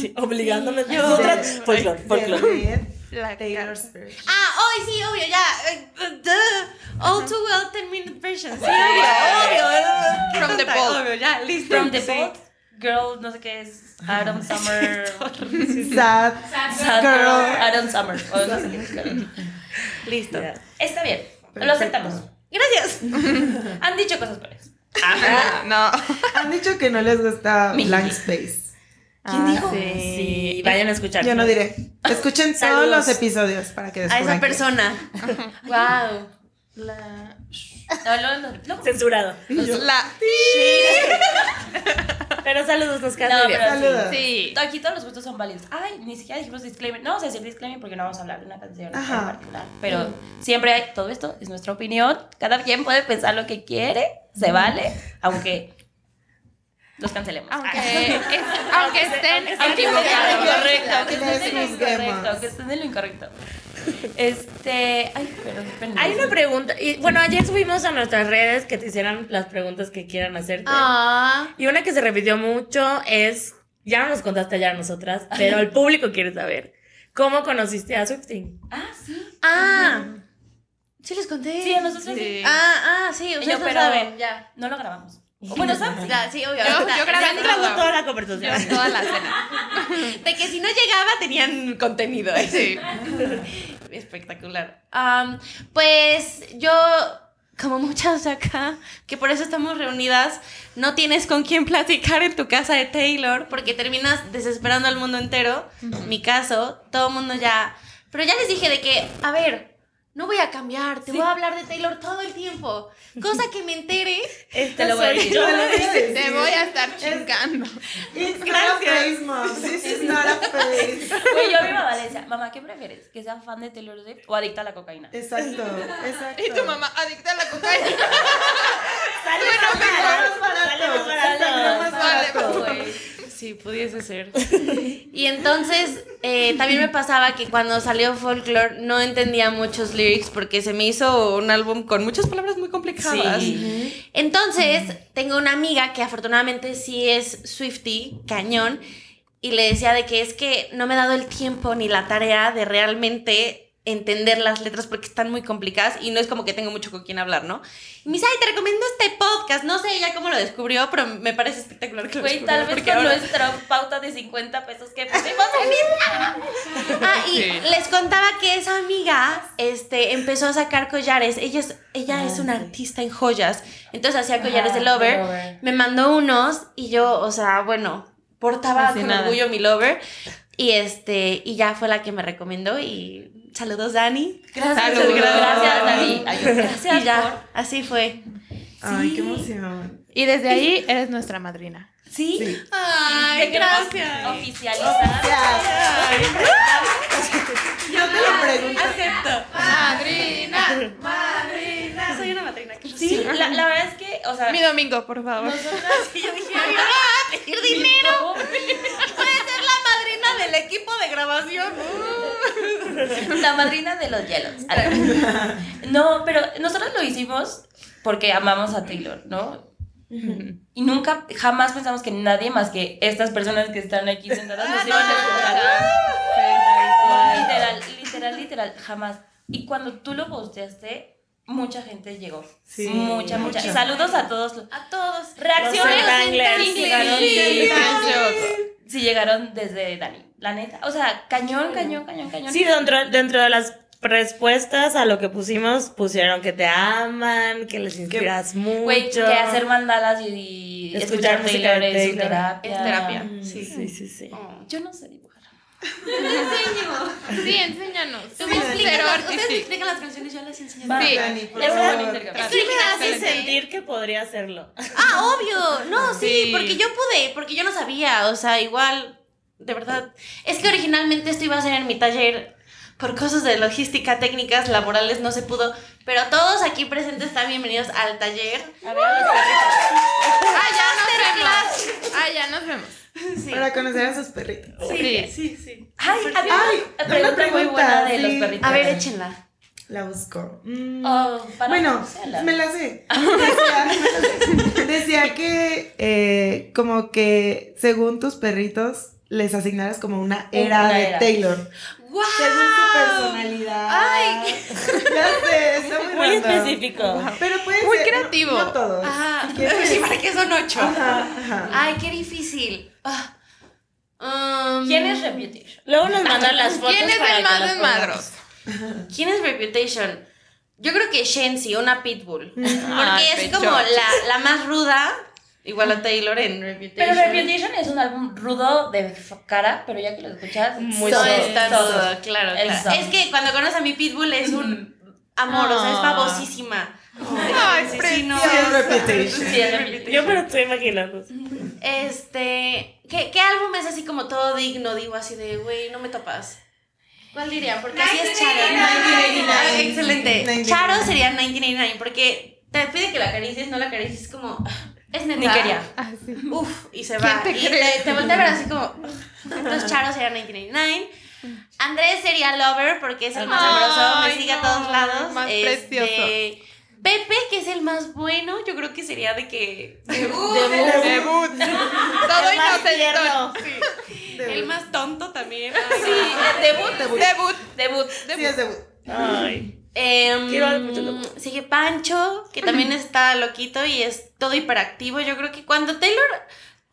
Speaker 3: Sí, obligándome a nosotras. Folklore, folklore.
Speaker 4: La
Speaker 6: Taylor Swift.
Speaker 5: Ah, hoy sí, obvio, ya. Eh, eh, duh. All too well 10 minute version. Sí, obvio, obvio. Qué
Speaker 4: From the
Speaker 5: tonta,
Speaker 4: vault.
Speaker 5: Obvio, ya, listo.
Speaker 1: From the
Speaker 5: Sí.
Speaker 1: boat. Girl, no sé qué es. Adam Summer.
Speaker 6: Sad.
Speaker 1: Sad
Speaker 6: Girl.
Speaker 1: Girl. Adam Summer. o no sé qué es, girl.
Speaker 5: Listo.
Speaker 3: Ya.
Speaker 1: Está bien. Lo
Speaker 6: Perfecto.
Speaker 1: aceptamos.
Speaker 5: Gracias.
Speaker 1: Han dicho cosas peores.
Speaker 4: No.
Speaker 6: Han dicho que no les gusta Blank Space.
Speaker 4: ¿Quién dijo?
Speaker 3: Sí, vayan a escuchar.
Speaker 6: Yo no diré. Escuchen todos
Speaker 3: Saludos.
Speaker 6: los episodios para que
Speaker 5: A
Speaker 6: descubran.
Speaker 5: esa
Speaker 6: que-
Speaker 5: persona. wow.
Speaker 1: No, no, no. no.
Speaker 3: Censurado.
Speaker 4: La.
Speaker 3: Pero saludos, nos quedan
Speaker 1: No,
Speaker 3: muy bien.
Speaker 1: pero-
Speaker 6: Saludos.
Speaker 4: Sí.
Speaker 1: Aquí todos los gustos son válidos. Ay, ni siquiera dijimos disclaimer. No vamos a decir disclaimer porque no vamos a hablar de una canción en
Speaker 6: Ajá.
Speaker 1: particular. Pero siempre hay- todo esto es nuestra opinión. Cada quien puede pensar lo que quiere, se vale, aunque los cancelemos. Ah,
Speaker 4: Aunque, es- aunque estén
Speaker 1: Aunque estés en lo
Speaker 4: equivocados.
Speaker 1: correcto, aunque
Speaker 6: Les
Speaker 1: estés en lo
Speaker 6: juzguemos.
Speaker 1: incorrecto, aunque estés en lo incorrecto. Este, ay, perdón, perdón.
Speaker 3: Hay una pregunta. Y, bueno, ayer subimos a nuestras redes que te hicieran las preguntas que quieran hacerte.
Speaker 5: Ah.
Speaker 3: Y una que se repitió mucho es, ya no nos contaste ya a nosotras, pero el público quiere saber. ¿Cómo conociste a Swifting?
Speaker 1: Ah, sí.
Speaker 5: Ah. Sí les conté.
Speaker 1: Sí, a nosotros
Speaker 4: Sí.
Speaker 5: Ah, ah, sí, ustedes lo
Speaker 1: pero-
Speaker 5: saben, ya.
Speaker 1: no lo grabamos. O Bueno, ¿sabes?
Speaker 5: Ya, sí, obvio.
Speaker 4: Yo-
Speaker 5: Ya,
Speaker 4: yo grabé
Speaker 5: ya
Speaker 4: en
Speaker 5: no-
Speaker 4: Claro.
Speaker 3: Toda la conversación.
Speaker 4: Toda la cena.
Speaker 5: De que si no llegaba tenían contenido. ¿eh?
Speaker 4: Sí.
Speaker 5: Espectacular. Am, pues yo, como muchas de acá, que por eso estamos reunidas, no tienes con quién platicar en tu casa de Taylor porque terminas desesperando al mundo entero. Mi caso, todo el mundo ya... Pero ya les dije de que, a ver, no voy a cambiar, te voy a hablar de Taylor todo el tiempo. Cosa que me entere.
Speaker 3: Esta
Speaker 1: Te lo voy a
Speaker 3: soy
Speaker 1: decir.
Speaker 3: yo.
Speaker 4: Te voy a estar chingando.
Speaker 6: It's not a face, mom. This is not a face.
Speaker 1: Güey, yo vivo a Valencia. Mamá, ¿qué prefieres? ¿Que sea fan de Taylor Swift o adicta a la cocaína?
Speaker 6: Exacto, exacto.
Speaker 4: Y tu mamá adicta a la cocaína.
Speaker 3: Sale
Speaker 4: Bueno,
Speaker 3: más barato, sale
Speaker 6: menos barato.
Speaker 3: más
Speaker 1: Sale
Speaker 3: barato.
Speaker 1: más
Speaker 4: Vale,
Speaker 1: barato,
Speaker 4: pues.
Speaker 1: güey.
Speaker 5: Sí, pudiese ser. Y entonces eh, también me pasaba que cuando salió Folklore no entendía muchos lyrics porque se me hizo un álbum con muchas palabras muy complicadas. Entonces tengo una amiga que afortunadamente sí es Swifty, cañón, y le decía de que es que no me he dado el tiempo ni la tarea de realmente entender las letras porque están muy complicadas y no es como que tengo mucho con quien hablar, ¿no? Y me dice, ay, te recomiendo este podcast. No sé ella cómo lo descubrió, pero me parece espectacular que lo
Speaker 1: Güey,
Speaker 5: descubrió,
Speaker 1: tal vez
Speaker 5: porque
Speaker 1: con
Speaker 5: ahora-
Speaker 1: nuestra pauta de 50 pesos que pusimos en
Speaker 5: Ah, y les contaba que esa amiga este, empezó a sacar collares. Ella es, ella es una artista en joyas. Entonces hacía collares de lover. Me mandó unos y yo, o sea, bueno, portaba
Speaker 4: Fascinada.
Speaker 5: con orgullo mi lover. Y este, y ya fue la que me recomendó. Y saludos, Dani.
Speaker 1: Gracias,
Speaker 4: Saludos.
Speaker 1: gracias, Dani. Ay, Gracias,
Speaker 5: y ya,
Speaker 1: por-
Speaker 5: así fue.
Speaker 4: pues,
Speaker 6: Ay, qué emoción.
Speaker 4: Y desde ahí eres nuestra madrina.
Speaker 5: Sí.
Speaker 6: Sí.
Speaker 5: Ay,
Speaker 1: Te queremos Oficializar.
Speaker 6: Yo te lo pregunto.
Speaker 4: Ah, ¡Madrina!
Speaker 5: Soy una madrina. que
Speaker 1: Sí, la, la verdad es que, o sea,
Speaker 4: Mi domingo, por favor.
Speaker 5: pedir dinero. Puede ser la madrina del equipo de grabación.
Speaker 1: Uh. la madrina de los hielos. A ver. No, pero nosotros lo hicimos porque amamos a Taylor, ¿no? Y nunca, jamás pensamos que nadie más que estas personas que están aquí sentadas nos iban a escuchar. Literal, literal, literal, jamás. Y cuando tú lo posteaste, mucha gente llegó.
Speaker 6: Sí,
Speaker 1: mucha, mucha.
Speaker 6: mucha.
Speaker 1: Y saludos a todos. los-
Speaker 5: A todos.
Speaker 1: Reacciones.
Speaker 3: Los Wranglers.
Speaker 1: Sí, llegaron
Speaker 3: Sí,
Speaker 1: desde-
Speaker 4: Gracias.
Speaker 1: sí, llegaron desde Dani, la neta. O sea, cañón, cañón, cañón, cañón.
Speaker 3: Sí, dentro, dentro de las respuestas a lo que pusimos, pusieron que te aman, que les inspiras mucho.
Speaker 1: Güey, que hacer mandalas y, y
Speaker 3: Escuchar
Speaker 1: escuchar
Speaker 3: música de
Speaker 1: Taylor es su
Speaker 3: Taylor.
Speaker 1: terapia.
Speaker 4: Es terapia.
Speaker 1: Mm,
Speaker 3: Sí, sí, sí, sí.
Speaker 5: Oh.
Speaker 1: Yo no sé dibujar.
Speaker 4: Sí, enséñanos.
Speaker 5: Tú
Speaker 4: Tú
Speaker 5: me explicas
Speaker 4: cero
Speaker 5: las- ustedes me
Speaker 4: artístico.
Speaker 5: explican las canciones, yo les enseño.
Speaker 1: Va,
Speaker 4: Sí.
Speaker 6: Dani, por
Speaker 1: Es un buen
Speaker 6: favor.
Speaker 1: intercambio.
Speaker 3: Sí me hace
Speaker 4: Excelente.
Speaker 3: sentir que podría hacerlo.
Speaker 5: Ah, obvio. No, sí,
Speaker 4: Sí.
Speaker 5: porque yo pude, porque yo no sabía. O sea, igual, de verdad. Es que originalmente esto iba a ser en mi taller. Por cosas de logística, técnicas, laborales, no se pudo. Pero todos aquí presentes están bienvenidos al taller.
Speaker 4: Ah, ya nos vemos. Ah, ya nos vemos.
Speaker 5: Sí.
Speaker 6: Para conocer a sus perritos.
Speaker 4: Sí.
Speaker 5: sí, sí.
Speaker 1: Ay, había
Speaker 6: Ay,
Speaker 1: una
Speaker 6: una
Speaker 1: pregunta muy
Speaker 6: pregunta,
Speaker 1: buena de
Speaker 6: sí.
Speaker 1: los perritos.
Speaker 5: A ver, échenla.
Speaker 6: La busco. Mm.
Speaker 1: Oh, para
Speaker 6: Bueno,
Speaker 1: conocerla.
Speaker 6: me la sé. Decía, decía que eh, como que según tus perritos les asignaras como una era,
Speaker 1: Una
Speaker 6: de
Speaker 1: era.
Speaker 6: Taylor.
Speaker 5: ¡Wow!
Speaker 6: Según su personalidad.
Speaker 5: Ay.
Speaker 6: Ya sé, está muy,
Speaker 3: Muy
Speaker 6: random.
Speaker 3: específico.
Speaker 6: Pero puede
Speaker 4: Muy
Speaker 6: ser, no-
Speaker 4: creativo.
Speaker 6: No, todos.
Speaker 5: Ah,
Speaker 6: ¿Qué es?
Speaker 5: sí, porque son ocho.
Speaker 6: Ajá, ajá.
Speaker 5: Ay, qué difícil. Ah, um,
Speaker 1: ¿Quién es Reputation?
Speaker 3: Luego nos mandan las fotos.
Speaker 4: ¿Quién es
Speaker 3: para
Speaker 4: el
Speaker 3: que
Speaker 4: más
Speaker 3: las
Speaker 4: desmadros?
Speaker 5: ¿Quién es Reputation? Yo creo que Shensi, una pitbull. Porque
Speaker 4: Ay,
Speaker 5: es
Speaker 4: pecho.
Speaker 5: como la, la más ruda, igual a Taylor en Reputation.
Speaker 1: Pero Reputation es un álbum rudo de f- cara, pero ya que lo escuchas,
Speaker 3: Muy
Speaker 5: Todo
Speaker 1: todo
Speaker 3: soft.
Speaker 1: es
Speaker 5: está
Speaker 1: todo.
Speaker 5: todo, claro.
Speaker 1: El
Speaker 5: claro.
Speaker 1: soft.
Speaker 5: Es que cuando conoces a mi pitbull es un amor, o sea, es
Speaker 4: Ah.
Speaker 5: babosísima.
Speaker 4: Ay,
Speaker 5: Sí, sí, no.
Speaker 6: Sí, es Reputation.
Speaker 1: Sí, es
Speaker 3: pongas.
Speaker 1: Reputation.
Speaker 3: Yo me lo estoy imaginando.
Speaker 5: Este, ¿qué, ¿qué álbum es así como todo digno? Digo así de, güey, no me topas. ¿Cuál dirían? Porque así es Charo.
Speaker 6: 1989.
Speaker 5: Ah, Excelente.
Speaker 6: 1989.
Speaker 5: Charo sería 1989 porque te pide que la acaricies, no la acaricies, como, ah, es neta.
Speaker 1: Ni quería.
Speaker 4: Ah,
Speaker 5: Uf, y se va.
Speaker 4: te
Speaker 5: y
Speaker 4: cree?
Speaker 5: te, te voltea a ver así como, ah. entonces Charo sería 1989. Andrés sería Lover porque es el más
Speaker 4: Ay,
Speaker 5: amoroso, me sigue a todos
Speaker 4: no,
Speaker 5: lados.
Speaker 4: más
Speaker 5: Este,
Speaker 4: precioso.
Speaker 5: Pepe, que es el más bueno, yo creo que sería de que...
Speaker 4: Uh, Debut. Todo
Speaker 3: El más
Speaker 4: inocentón.
Speaker 3: tierno.
Speaker 5: El más tonto también.
Speaker 1: Sí, debut,
Speaker 6: Debut.
Speaker 4: Debut.
Speaker 1: debut.
Speaker 6: Sí, es debut.
Speaker 3: Ay.
Speaker 5: Em,
Speaker 3: Quiero algo mucho loco.
Speaker 5: sigue Pancho, que también está loquito y es todo hiperactivo. Yo creo que cuando Taylor,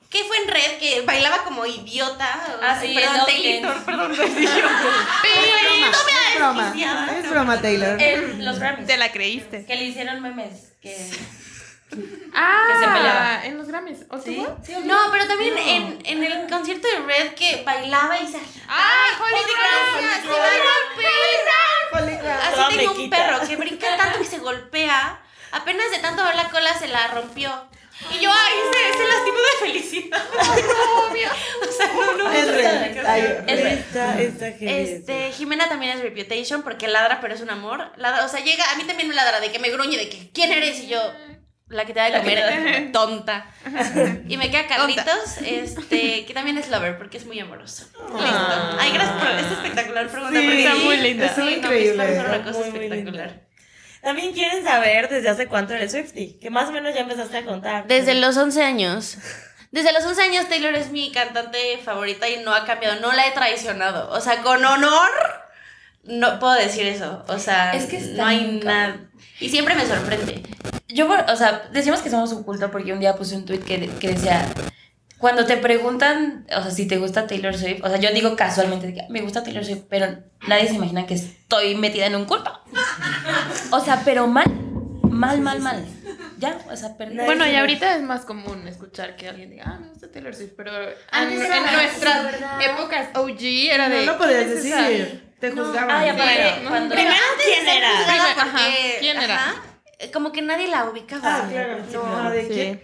Speaker 5: que fue en red, que bailaba como idiota. o
Speaker 1: Ah,
Speaker 5: sea,
Speaker 1: sí,
Speaker 5: perdón,
Speaker 1: no
Speaker 5: Taylor,
Speaker 1: dance.
Speaker 5: perdón.
Speaker 6: Es broma. Es broma, Taylor.
Speaker 1: Eh, los Grammys.
Speaker 4: Te la creíste.
Speaker 1: Que le hicieron memes. Que...
Speaker 4: Ah,
Speaker 1: se peleaba.
Speaker 4: en los Grammys. ¿O
Speaker 1: ¿Sí?
Speaker 4: estuvo?
Speaker 1: ¿Sí?
Speaker 5: No, pero también en, en el concierto de Red que bailaba y se
Speaker 4: Ah, Holy
Speaker 5: Grail,
Speaker 4: Grail.
Speaker 5: se va a golpear.
Speaker 6: Polygraph.
Speaker 3: Toda
Speaker 5: Así tengo un
Speaker 3: mequita.
Speaker 5: perro que brinca tanto que se golpea. Apenas de tanto ver la cola se la rompió. Y yo, ay, se, se lastimó de felicidad. o sea, no, no.
Speaker 6: Es real. Ay,
Speaker 1: Es real.
Speaker 3: Esta, esta gente.
Speaker 5: Este, Jimena también es Reputation porque ladra, pero es un amor. Ladra, o sea, llega, a mí también me ladra de que me gruñe, de que ¿quién eres? Y yo, la que te da de
Speaker 1: La que te da de
Speaker 5: comer, tonta. Y me queda Carlitos, este, que también es lover porque es muy amoroso.
Speaker 1: Ah.
Speaker 5: Listo. Ay, gracias por esta espectacular pregunta.
Speaker 6: Sí,
Speaker 5: porque
Speaker 6: está muy linda.
Speaker 5: Sí, no, mis
Speaker 6: Increíble.
Speaker 5: fans son una cosa
Speaker 3: Muy, muy
Speaker 5: espectacular.
Speaker 3: También quieren saber desde hace cuánto eres Swifty. Que más o menos ya empezaste a contar.
Speaker 5: Desde los 11 años. Desde los 11 años Taylor es mi cantante favorita y no ha cambiado, no la he traicionado. O sea, con honor no puedo decir eso. O sea,
Speaker 1: Es que está
Speaker 5: no hay
Speaker 1: bien
Speaker 5: nada. Y siempre me sorprende.
Speaker 1: Yo, por- o sea, decimos que somos un culto porque un día puse un tweet que, de- que decía, cuando te preguntan, o sea, si te gusta Taylor Swift, o sea, yo digo casualmente, de que, "Ah, me gusta Taylor Swift, pero nadie se imagina que estoy metida en un culto. O sea, pero mal, mal, mal, mal. Ya, o sea, perdí.
Speaker 4: Bueno, y ahorita es más común escuchar que alguien diga, ah, me gusta Taylor Swift, pero en,
Speaker 5: Antes
Speaker 4: en
Speaker 5: era más,
Speaker 4: nuestras
Speaker 5: sí, ¿verdad?
Speaker 4: épocas OG era
Speaker 6: No
Speaker 4: de...
Speaker 6: lo podías
Speaker 4: "¿Quién es esa?".
Speaker 6: decir. Te juzgaban.
Speaker 1: Ay, aparte,
Speaker 4: Pero-
Speaker 1: Ah, cuando-
Speaker 4: eh, Primero,
Speaker 5: ¿quién era?
Speaker 4: Primero, ajá, ¿quién era?
Speaker 5: Como que nadie la ubicaba.
Speaker 6: Ah, claro. sí,
Speaker 5: No.
Speaker 6: claro, ¿de
Speaker 4: sí.
Speaker 6: quién?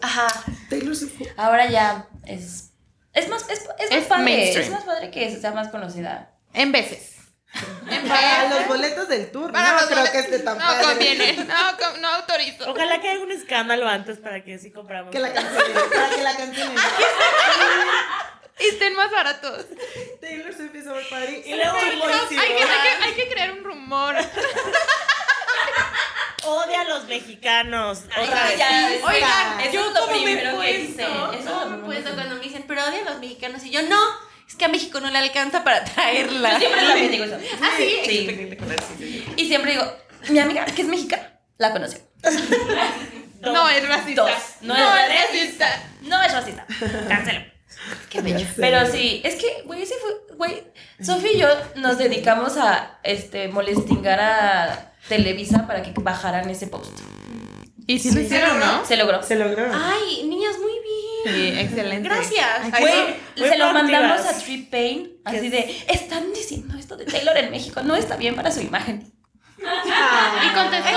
Speaker 5: Ajá.
Speaker 6: Taylor Swift.
Speaker 4: Eh.
Speaker 1: ahora ya es... Es más, es, es más
Speaker 4: Es
Speaker 1: padre,
Speaker 4: mainstream.
Speaker 1: es más padre que sea más conocida.
Speaker 4: En veces. En
Speaker 6: Para
Speaker 4: veces.
Speaker 6: los boletos del tour.
Speaker 4: Para
Speaker 6: no
Speaker 4: los
Speaker 6: creo
Speaker 4: boletos.
Speaker 6: que esté tan
Speaker 4: no
Speaker 6: Ah, padre.
Speaker 4: conviene, no, com- no autorizo.
Speaker 3: Ojalá que haya un escándalo antes para que sí compramos.
Speaker 6: Que la cancelen. Para que la cancelen.
Speaker 4: Y estén más baratos.
Speaker 6: Taylor Swift is over party.
Speaker 3: Y luego el
Speaker 4: No, hay, que, hay,
Speaker 3: policía
Speaker 4: que, hay que crear un rumor.
Speaker 3: odia a los mexicanos. Otra
Speaker 5: Ay,
Speaker 3: vez.
Speaker 5: ya,
Speaker 4: Oigan,
Speaker 1: Eso es lo primero que hice. Eso es lo
Speaker 5: Eso me
Speaker 1: primero
Speaker 5: puesto
Speaker 1: que hice.
Speaker 5: cuando me dicen, pero odia a los mexicanos. Y yo, no, es que a México no le alcanza para traerla.
Speaker 1: Yo siempre también digo eso.
Speaker 5: Ah, sí.
Speaker 1: Y siempre digo, mi amiga, que es mexicana, la conoció.
Speaker 4: No, es racista.
Speaker 1: Dos. No es racista. No es racista. Cancelo.
Speaker 5: Qué bello.
Speaker 1: Pero sí, es que, güey, ese fue, güey, Sofía y yo nos dedicamos a, este, molestingar a Televisa para que bajaran ese post.
Speaker 4: Y si lo hicieron, ¿no?
Speaker 1: Se logró.
Speaker 6: Se logró.
Speaker 5: Ay, niñas, muy bien.
Speaker 4: Sí, excelente.
Speaker 5: Gracias.
Speaker 3: Ay,
Speaker 1: Güey,
Speaker 3: muy
Speaker 1: se lo mandamos a
Speaker 3: proactivas.
Speaker 1: Trip Payne, así de, están diciendo esto de Taylor en México, no está bien para su imagen.
Speaker 4: Y contestó.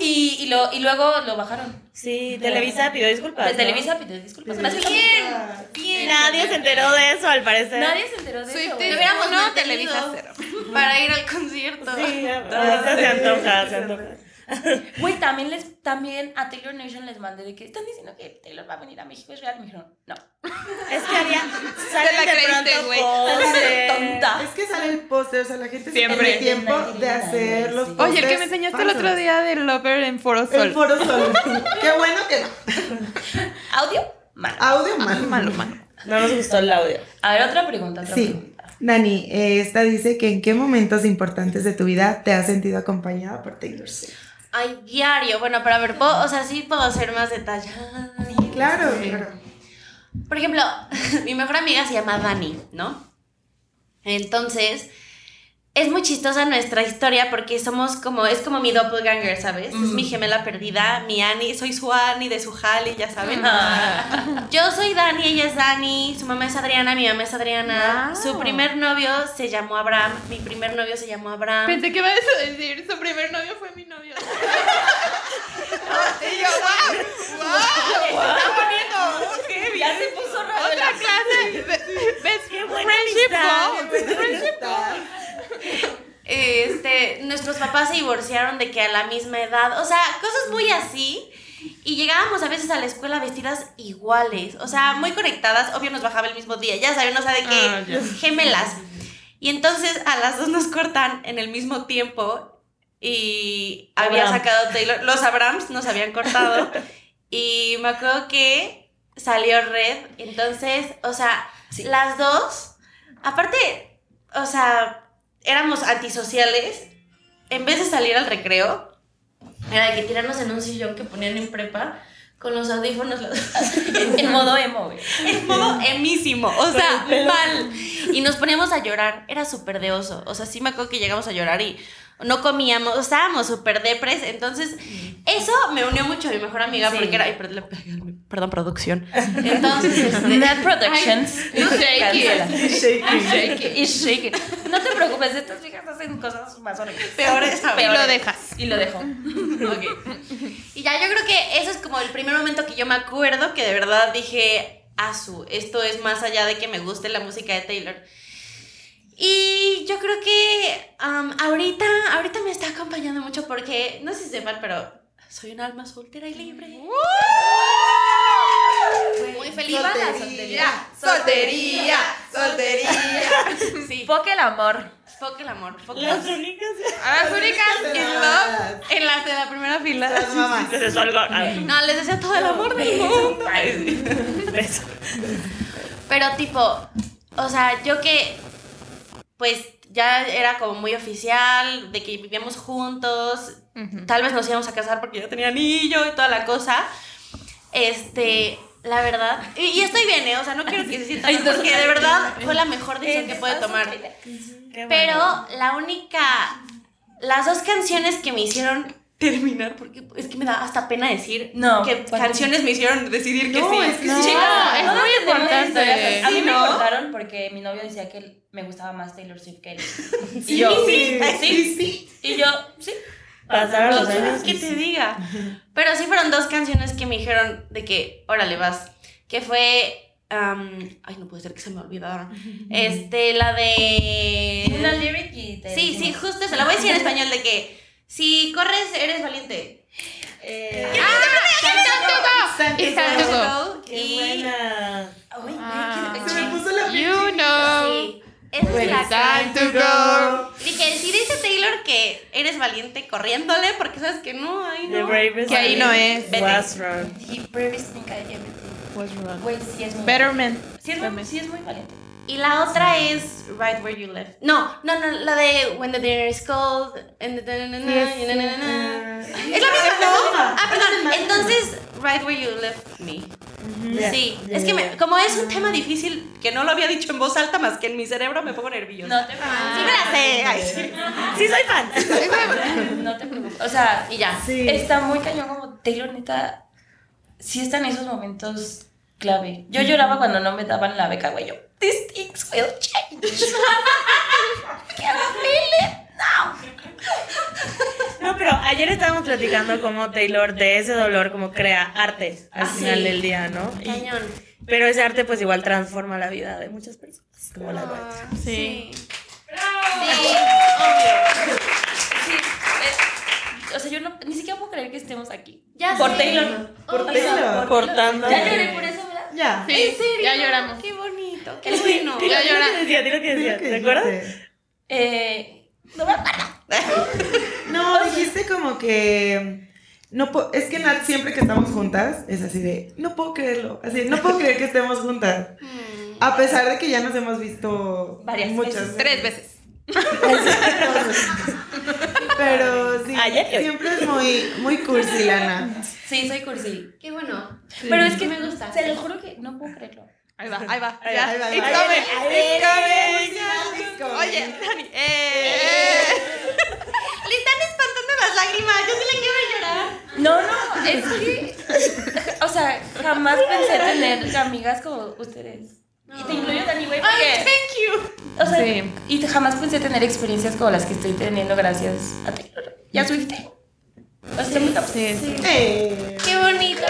Speaker 1: Y, y, lo, y luego lo bajaron.
Speaker 3: Sí, Televisa pidió disculpas.
Speaker 1: De
Speaker 3: ¿no?
Speaker 1: Pues Televisa pidió disculpas. Gracias a-
Speaker 5: Bien, bien.
Speaker 3: Nadie se enteró de eso, al parecer.
Speaker 1: Nadie se enteró de eso.
Speaker 4: Swift
Speaker 1: güey.
Speaker 5: Lo hubiéramos
Speaker 4: no,
Speaker 5: mantenido.
Speaker 4: Televisa cero.
Speaker 5: Para ir al concierto.
Speaker 3: Sí, ahorita se antoja, se antoja.
Speaker 1: Güey, también les, también a Taylor Nation les mandé de que están diciendo que Taylor va a venir a México, es real. Y me dijeron, no.
Speaker 3: Es que había.
Speaker 4: Te la
Speaker 3: Salen de
Speaker 4: creíste,
Speaker 3: pronto
Speaker 4: güey.
Speaker 3: poses.
Speaker 1: Tonta.
Speaker 6: Es que sale el póster, o sea, la gente
Speaker 4: Ah. Siempre.
Speaker 6: se toma el tiempo
Speaker 1: Sí,
Speaker 6: de hacer los
Speaker 1: sí.
Speaker 6: pósters.
Speaker 4: Oye, el que me enseñaste el otro
Speaker 6: falsos.
Speaker 4: día de Lover en Foro
Speaker 6: El
Speaker 4: Sol.
Speaker 6: foro sol. Qué bueno que no.
Speaker 1: Audio, mal.
Speaker 6: Audio malo.
Speaker 4: Malo, malo.
Speaker 3: No nos gustó el audio.
Speaker 1: A ver, otra pregunta, otra
Speaker 6: Sí.
Speaker 1: pregunta.
Speaker 6: Nani, eh, esta dice que en qué momentos importantes de tu vida te has sentido acompañada por Taylor Swift.
Speaker 5: Ay, diario. Bueno, pero a ver, puedo- o sea, sí puedo ser más detallada.
Speaker 6: Claro, claro.
Speaker 5: Por ejemplo, mi mejor amiga se llama Dani, ¿no? Entonces, es muy chistosa nuestra historia porque somos como, es como mi doppelganger, ¿sabes? Es mi gemela perdida, mi Annie, soy su Annie de su Halley, ya saben. Yo soy Dani, ella es Dani, su mamá es Adriana, mi mamá es Adriana.
Speaker 4: Wow.
Speaker 5: Su primer novio se llamó Abraham, mi primer novio se llamó Abraham.
Speaker 4: Pensé que ibas a decir, su primer novio fue mi novio. y yo, wow, wow,
Speaker 1: Ya se puso raro.
Speaker 4: otra clase. de- Best friendship goals.
Speaker 5: Este, nuestros papás se divorciaron de que a la misma edad, o sea, cosas muy así. Y llegábamos a veces a la escuela vestidas iguales, o sea, muy conectadas, obvio nos bajaba el mismo día, ya saben, o sea, de que
Speaker 4: Ah,
Speaker 5: gemelas. Y entonces a las dos nos cortan en el mismo tiempo y había
Speaker 3: Abraham.
Speaker 5: sacado Taylor, los Abrams nos habían cortado y me acuerdo que salió Red, entonces, o sea,
Speaker 1: Sí.
Speaker 5: las dos, aparte, o sea, éramos antisociales, en vez de salir al recreo, era de que tirarnos en un sillón que ponían en prepa con los audífonos las-
Speaker 1: En modo emo, güey.
Speaker 5: en modo emísimo, o sea, mal. Y nos poníamos a llorar, era súper de oso, o sea, sí me acuerdo que llegamos a llorar y no comíamos, estábamos súper depres, entonces eso me unió mucho a mi mejor amiga porque era, ay, perdón, perdón, producción. Entonces, este,
Speaker 1: Net Productions.
Speaker 4: you shake
Speaker 1: Cancela.
Speaker 4: Shake it.
Speaker 1: Y shake it. No te preocupes, estas viejas hacen cosas más horribles.
Speaker 5: peores
Speaker 4: Y
Speaker 5: peores.
Speaker 4: lo dejas.
Speaker 1: Y lo dejó.
Speaker 5: Y ya yo creo que eso es como el primer momento que yo me acuerdo que de verdad dije, Asu, esto es más allá de que me guste la música de Taylor. Y yo creo que am, ahorita, ahorita me está acompañando mucho porque, no sé si sepan, pero soy un alma soltera y libre. Muy feliz.
Speaker 6: Viva la soltería, soltería, soltería.
Speaker 5: Sí,
Speaker 1: Poca el amor.
Speaker 5: fuck el amor, fuck el
Speaker 3: Las
Speaker 5: amor.
Speaker 3: únicas.
Speaker 4: Ahora únicas in love en la de la primera fila.
Speaker 6: Las mamás.
Speaker 3: Se salgo. A ver,
Speaker 5: No, les deseo todo el amor del mundo.
Speaker 3: beso.
Speaker 5: Pero tipo, o sea, yo que pues ya era como muy oficial, de que vivíamos juntos, tal vez nos íbamos a casar porque ya tenía anillo y toda la cosa. Este, la verdad, y, y estoy bien, ¿eh? o sea, no quiero que se sienta mal porque de verdad fue la mejor decisión que pude tomar. Pero la única, las dos canciones que me hicieron terminar, porque es que me da hasta pena decir
Speaker 1: No,
Speaker 5: que
Speaker 1: ¿cuál?
Speaker 5: canciones me hicieron decidir que sí.
Speaker 6: es que
Speaker 4: No,
Speaker 6: sí.
Speaker 4: es
Speaker 1: Todas
Speaker 4: muy
Speaker 1: tenemos
Speaker 4: importante.
Speaker 1: historias. A mí
Speaker 5: Sí,
Speaker 1: me
Speaker 5: ¿no?
Speaker 1: contaron porque mi novio decía que me gustaba más Taylor Swift que él.
Speaker 5: Sí,
Speaker 1: y yo,
Speaker 5: sí, sí.
Speaker 1: Y yo, sí.
Speaker 3: Pasaron los
Speaker 5: No,
Speaker 3: años.
Speaker 5: ¿Qué
Speaker 3: y
Speaker 5: te
Speaker 3: sí.
Speaker 5: diga? Pero sí fueron dos canciones que me dijeron de que, órale, vas. Que fue. am, ay, no puede ser que se me olvidaron. Este, la
Speaker 1: Dime una
Speaker 5: de.
Speaker 1: lyric y te
Speaker 5: Sí, sí,
Speaker 1: decimos.
Speaker 5: justo se la voy a decir en español de que. Si corres, eres valiente. ah,
Speaker 1: Eh,
Speaker 4: Y Santiago.
Speaker 3: Qué
Speaker 5: Y-
Speaker 3: buena.
Speaker 5: Ay, ay,
Speaker 4: Ah.
Speaker 5: qué-
Speaker 6: Se me puso la
Speaker 4: You know.
Speaker 5: Sí, esa es la
Speaker 4: Time
Speaker 5: canción.
Speaker 4: to go.
Speaker 5: Dije, si dice Taylor que eres valiente corriéndole, porque sabes que no, ahí
Speaker 3: The
Speaker 5: no.
Speaker 3: bravest
Speaker 4: Que ahí no es.
Speaker 5: Vete.
Speaker 3: Was wrong.
Speaker 1: Y Brevis Think I Everything. Güey, sí es muy.
Speaker 4: Betterman.
Speaker 1: Sí es muy, sí es muy valiente.
Speaker 5: Y la otra es Right Where You Left. No, no, no, la de When the Dinner is Cold. and the na- na- na- na- na- na- na. Es la misma, ¿no? Ah, perdón. Entonces, Right Where You Left Me. Sí, es que me- como es un tema difícil que no lo había dicho en voz alta más que en mi cerebro, me pongo nerviosa.
Speaker 1: No
Speaker 5: Ah,
Speaker 1: te
Speaker 5: Sí, me la sé. Ay, sí.
Speaker 3: Sí, soy fan.
Speaker 1: preocupes. No te preocupes. O sea,
Speaker 5: Y ya.
Speaker 3: Sí.
Speaker 1: Está muy cañón como Taylor neta. Sí está en esos momentos clave. Yo lloraba cuando no me daban la beca, güey. Yo, these things will change. Can I feel it?
Speaker 3: No, pero ayer estábamos platicando cómo Taylor de ese dolor como crea arte al final del día, ¿no? Y-
Speaker 5: Cañón.
Speaker 3: pero ese arte pues igual transforma la vida de muchas personas, como la de Whitney.
Speaker 4: Sí.
Speaker 5: Sí.
Speaker 1: Sí. eh, o sea, yo no, ni siquiera puedo creer que estemos aquí.
Speaker 5: Ya
Speaker 1: por
Speaker 5: sé. Oh,
Speaker 1: Taylor.
Speaker 5: Obvio.
Speaker 6: Taylor.
Speaker 3: Cortando.
Speaker 1: Ya lloré por eso, ¿verdad?
Speaker 6: Ya.
Speaker 4: Sí, ya lloramos.
Speaker 5: Qué bonito, qué bueno.
Speaker 4: Ya
Speaker 3: Dilo lo
Speaker 4: llora.
Speaker 3: que decía, dilo lo que decía, ¿te acuerdas?
Speaker 6: acuerdas?
Speaker 1: Eh, no me acuerdo.
Speaker 6: No, dijiste como que. No po- es que Nat, siempre que estamos juntas, es así de. No puedo creerlo. Así, no puedo creer que estemos juntas.
Speaker 5: Mm.
Speaker 6: A pesar de que ya nos hemos visto.
Speaker 1: Varias
Speaker 6: muchas
Speaker 4: Tres veces.
Speaker 6: Pero sí.
Speaker 3: Ayer y hoy.
Speaker 6: Siempre es muy, muy cursi, la Nat.
Speaker 1: Sí, soy cursi.
Speaker 5: Qué bueno.
Speaker 1: Pero es que
Speaker 5: me gusta.
Speaker 1: Se los juro que no puedo creerlo.
Speaker 4: Ahí va, ahí va.
Speaker 6: Ahí
Speaker 4: ya.
Speaker 6: va, ahí va, ahí
Speaker 4: It's
Speaker 6: va.
Speaker 4: coming.
Speaker 3: Ahí va,
Speaker 4: It's coming. Oye, Dani. eh,
Speaker 5: Le están espantando las lágrimas. Yo sí le quiero llorar.
Speaker 1: No, no, es que. O sea, jamás pensé tener amigas como ustedes. Y te incluyo, Dani, güey, porque. thank you. O sea,
Speaker 4: Sí.
Speaker 1: y te- jamás pensé tener experiencias como las que estoy teniendo gracias a Taylor. Ya soy O sea, estoy muy capaz.
Speaker 4: Sí.
Speaker 6: Eh.
Speaker 5: Qué bonito.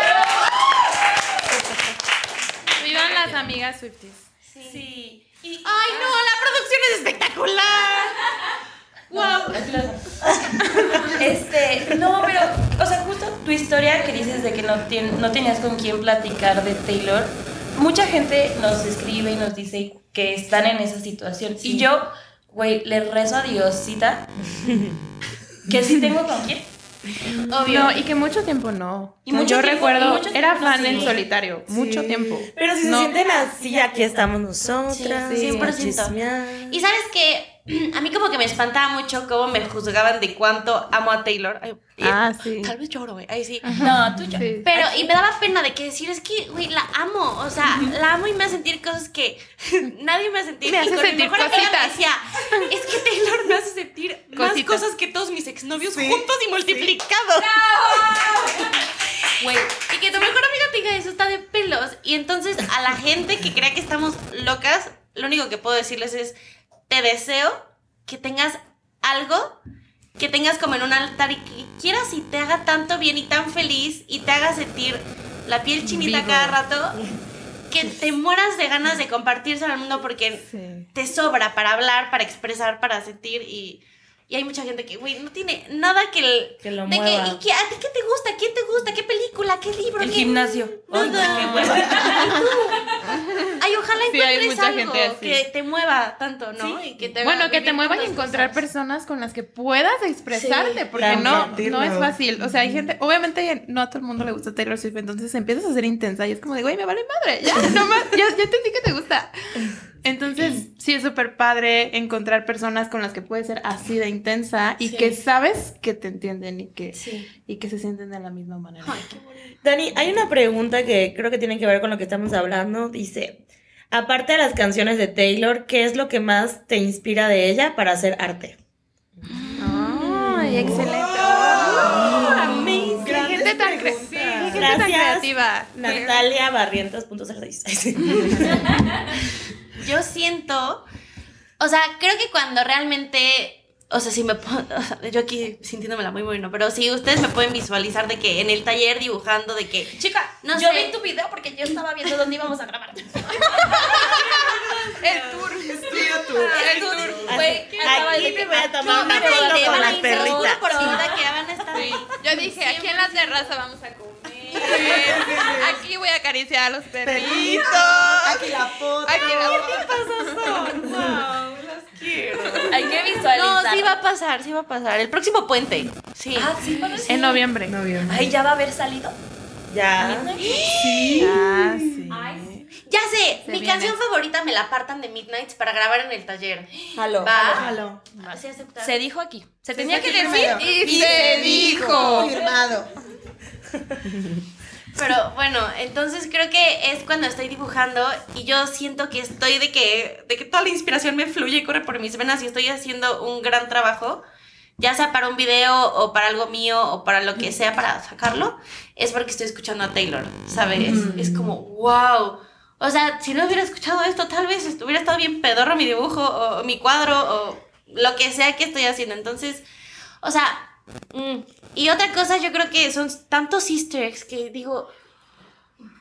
Speaker 4: Vivan las amigas Swifties.
Speaker 1: Sí.
Speaker 5: Ay, no, la producción es espectacular. Wow.
Speaker 1: Este, no, pero, o sea, justo tu historia que dices de que no, tien- no tenías con quién platicar de Taylor, mucha gente nos escribe y nos dice que están en esa situación. Y yo, güey, le rezo a Diosita que sí tengo con quién.
Speaker 5: Obvio.
Speaker 4: No, y que mucho tiempo no.
Speaker 1: Y
Speaker 4: O sea,
Speaker 1: mucho
Speaker 4: yo
Speaker 1: tiempo- y
Speaker 4: recuerdo,
Speaker 1: mucho tiempo
Speaker 4: era
Speaker 1: no,
Speaker 4: fan
Speaker 1: sí.
Speaker 4: en solitario, mucho tiempo.
Speaker 3: Pero si se
Speaker 4: No.
Speaker 3: sienten así, aquí estamos nosotras.
Speaker 4: Sí, sí.
Speaker 3: para
Speaker 5: 100%.
Speaker 3: chismear.
Speaker 5: Y sabes que a mí como que me espantaba mucho cómo me juzgaban de cuánto amo a Taylor. Ay, y-
Speaker 4: Ah, sí.
Speaker 5: Tal vez lloro, güey. Ahí sí.
Speaker 1: No, tú yo.
Speaker 4: Sí.
Speaker 5: Pero, y me daba pena de que decir, es que, güey, la amo. O sea, la amo y me hace sentir cosas que nadie me hace sentir.
Speaker 4: Me
Speaker 5: Y
Speaker 4: hace
Speaker 5: con mi
Speaker 4: sentir
Speaker 5: mejor amiga me
Speaker 4: cositas.
Speaker 5: decía, es que Taylor me hace sentir más
Speaker 4: Cositas.
Speaker 5: cosas que todos mis exnovios
Speaker 6: Sí,
Speaker 5: juntos y multiplicados. Güey, y que tu mejor amiga te diga eso está de pelos. Y entonces, a la gente que crea que estamos locas, lo único que puedo decirles es, te deseo que tengas algo que tengas como en un altar y que quieras y te haga tanto bien y tan feliz y te haga sentir la piel chinita
Speaker 4: Vivo.
Speaker 5: cada rato que te mueras de ganas de compartírselo al mundo porque
Speaker 4: Sí.
Speaker 5: te sobra para hablar, para expresar, para sentir y, y hay mucha gente que, güey, no tiene nada que... el-
Speaker 3: Que lo
Speaker 5: de que,
Speaker 3: mueva.
Speaker 5: ¿y qué- ¿A ti qué te gusta? ¿Quién te gusta? ¿Qué película? ¿Qué libro?
Speaker 1: El
Speaker 5: ¿Qué-
Speaker 1: gimnasio. Ay,
Speaker 5: Nada.
Speaker 1: qué hueva.
Speaker 5: Ay, ojalá
Speaker 4: Sí, hay
Speaker 5: encuentres
Speaker 4: mucha
Speaker 5: algo
Speaker 4: gente así.
Speaker 5: que te mueva tanto, ¿no? Y que te haga
Speaker 4: Bueno, que te
Speaker 5: vivir
Speaker 4: mueva y
Speaker 5: tantas
Speaker 4: encontrar
Speaker 5: cosas.
Speaker 4: personas con las que puedas expresarte, porque no,
Speaker 6: compartirlo.
Speaker 4: no es fácil. O sea, hay gente, obviamente no a todo el mundo le gusta Taylor Swift, entonces empiezas a ser intensa y es como de, güey, me vale madre, ya, no más, ya, ya entendí que te gusta. Entonces, sí es súper padre encontrar personas con las que puedes ser así de intensa y
Speaker 5: Sí.
Speaker 4: que sabes que te entienden y que,
Speaker 5: Sí.
Speaker 4: y que se sienten de la misma manera.
Speaker 5: Ay, qué bonito.
Speaker 3: Dani, hay una pregunta que creo que tiene que ver con lo que estamos hablando. Dice, aparte de las canciones de Taylor, ¿qué es lo que más te inspira de ella para hacer arte?
Speaker 4: Ay, excelente.
Speaker 6: ¡Wow!
Speaker 3: amazing.
Speaker 4: Qué Oh, gente tan, cre-
Speaker 6: Oh, preguntas.
Speaker 4: sí, qué gente tan
Speaker 3: Gracias,
Speaker 4: creativa.
Speaker 3: Natalia Barrientos.06.
Speaker 5: Yo siento, o sea, creo que cuando realmente, o sea, si me pon- o sea, yo aquí sintiéndomela muy bueno, pero si ustedes me pueden visualizar de que en el taller dibujando de que, chica, no
Speaker 1: yo
Speaker 5: sé.
Speaker 1: vi tu video porque yo estaba viendo dónde íbamos a grabar.
Speaker 4: El tour.
Speaker 6: Inspira tú.
Speaker 1: El tour, güey, andaba
Speaker 3: Aquí
Speaker 1: de que,
Speaker 3: me voy a
Speaker 5: No,
Speaker 3: tomar
Speaker 5: me
Speaker 3: una foto
Speaker 5: van
Speaker 3: con
Speaker 5: a
Speaker 3: las
Speaker 5: ir seguro
Speaker 3: perritas.
Speaker 5: por ahora que van a estar.
Speaker 4: Yo dije, aquí en la terraza vamos a comer. Aquí voy a acariciar a los perritos.
Speaker 6: Pelito. Aquí la foto.
Speaker 4: Aquí la
Speaker 1: Hay que
Speaker 5: No,
Speaker 1: visualizar.
Speaker 5: sí va a pasar, sí va a pasar. El próximo puente. Sí.
Speaker 1: Ah, sí, bueno, sí.
Speaker 4: En noviembre.
Speaker 6: Noviembre.
Speaker 1: Ay, ya va a haber salido.
Speaker 3: Ya.
Speaker 4: Ah, sí.
Speaker 5: ya sé,
Speaker 4: Se
Speaker 5: mi
Speaker 4: viene.
Speaker 5: canción favorita me la apartan de Midnights para grabar en el taller.
Speaker 1: Jalo.
Speaker 5: Va.
Speaker 6: Jalo.
Speaker 5: Sí, aceptar.
Speaker 1: Se dijo aquí. Se
Speaker 6: Se
Speaker 1: tenía
Speaker 6: está
Speaker 1: que
Speaker 6: aquí
Speaker 1: decir.
Speaker 6: primero.
Speaker 4: Y se dijo.
Speaker 6: Firmado.
Speaker 5: Pero bueno, entonces creo que es cuando estoy dibujando y yo siento que estoy de que, de que toda la inspiración me fluye y corre por mis venas y estoy haciendo un gran trabajo, ya sea para un video o para algo mío o para lo que sea para sacarlo, es porque estoy escuchando a Taylor, ¿sabes? Es como, wow. O sea, si no hubiera escuchado esto, tal vez hubiera estado bien pedorro mi dibujo o mi cuadro o lo que sea que estoy haciendo. Entonces, o sea, Mm. Y otra cosa, yo creo que son tantos easter eggs que digo,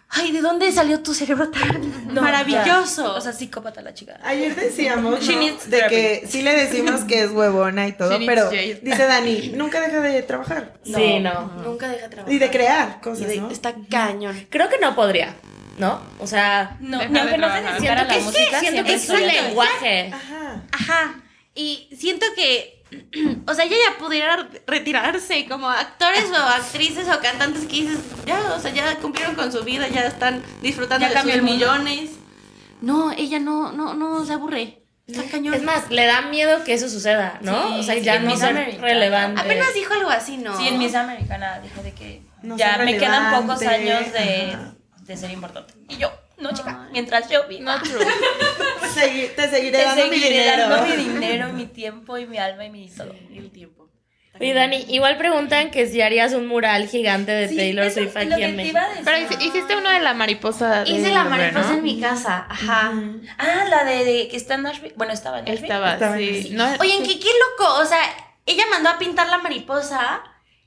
Speaker 5: ay, ¿de dónde salió tu cerebro tan maravilloso?
Speaker 1: O sea, psicópata la chica.
Speaker 6: Ayer decíamos
Speaker 1: She
Speaker 6: ¿no?
Speaker 1: needs
Speaker 6: de
Speaker 1: therapy.
Speaker 6: que sí le decimos que es huevona y todo,
Speaker 4: She needs
Speaker 6: pero
Speaker 4: Jade.
Speaker 6: dice Dani, nunca deja de trabajar
Speaker 3: Sí, no.
Speaker 5: Nunca deja trabajar.
Speaker 6: y de crear
Speaker 5: Y
Speaker 6: cosas,
Speaker 5: de-
Speaker 6: ¿no?
Speaker 5: Está cañón.
Speaker 3: Creo que no podría, ¿no? O sea,
Speaker 1: No,
Speaker 4: Deja
Speaker 1: ni
Speaker 4: de
Speaker 1: aunque no se
Speaker 4: trabajar.
Speaker 1: dedicara a
Speaker 3: que
Speaker 1: la
Speaker 3: es
Speaker 1: música,
Speaker 3: que siento que
Speaker 1: siempre
Speaker 3: es
Speaker 1: estudió
Speaker 3: un
Speaker 1: todo el
Speaker 3: lenguaje.
Speaker 6: Ajá.
Speaker 5: Ajá. Y siento que, o sea, ella ya pudiera retirarse como actores o actrices o cantantes que dices, ya, o sea, ya cumplieron con su vida, ya están disfrutando
Speaker 1: Ya
Speaker 5: de
Speaker 1: cambió
Speaker 5: sus
Speaker 1: el mundo.
Speaker 5: millones. No, ella no, no, no se aburre. Está cañón.
Speaker 3: Es más, le da miedo que eso suceda, ¿no?
Speaker 1: Sí,
Speaker 3: o sea,
Speaker 1: sí,
Speaker 3: ya
Speaker 1: en
Speaker 3: no
Speaker 1: Miss
Speaker 3: ser
Speaker 1: America.
Speaker 3: relevante.
Speaker 5: Apenas dijo algo así, ¿no?
Speaker 1: Sí, en Miss Americana dijo de que
Speaker 6: No
Speaker 1: ya
Speaker 6: soy
Speaker 1: me quedan
Speaker 6: relevante.
Speaker 1: pocos años de,
Speaker 6: Ajá.
Speaker 1: de ser importante. Y yo, no, chica, mientras yo viva.
Speaker 4: No true.
Speaker 6: Segui- te seguiré
Speaker 1: te
Speaker 6: dando mi
Speaker 1: seguiré
Speaker 6: dinero.
Speaker 1: dando mi dinero, mi tiempo y mi alma y mi todo.
Speaker 5: El tiempo.
Speaker 3: Y Dani, igual preguntan que si harías un mural gigante de
Speaker 1: Sí,
Speaker 3: Taylor
Speaker 1: eso
Speaker 3: Swift
Speaker 1: es lo
Speaker 3: aquí
Speaker 1: que
Speaker 3: en
Speaker 1: te
Speaker 3: México.
Speaker 1: iba a decir.
Speaker 4: Pero hici- hiciste uno de la mariposa. de
Speaker 5: Hice la
Speaker 4: Uber,
Speaker 5: mariposa
Speaker 4: ¿no?
Speaker 5: en mi casa, ajá.
Speaker 1: Ah, la de, de que está en Nashville. Bueno, estaba en Nashville.
Speaker 4: Estaba,
Speaker 6: Estaba en
Speaker 4: sí.
Speaker 6: ese.
Speaker 4: No,
Speaker 5: Oye, ¿en qué, qué loco? O sea, ella mandó a pintar la mariposa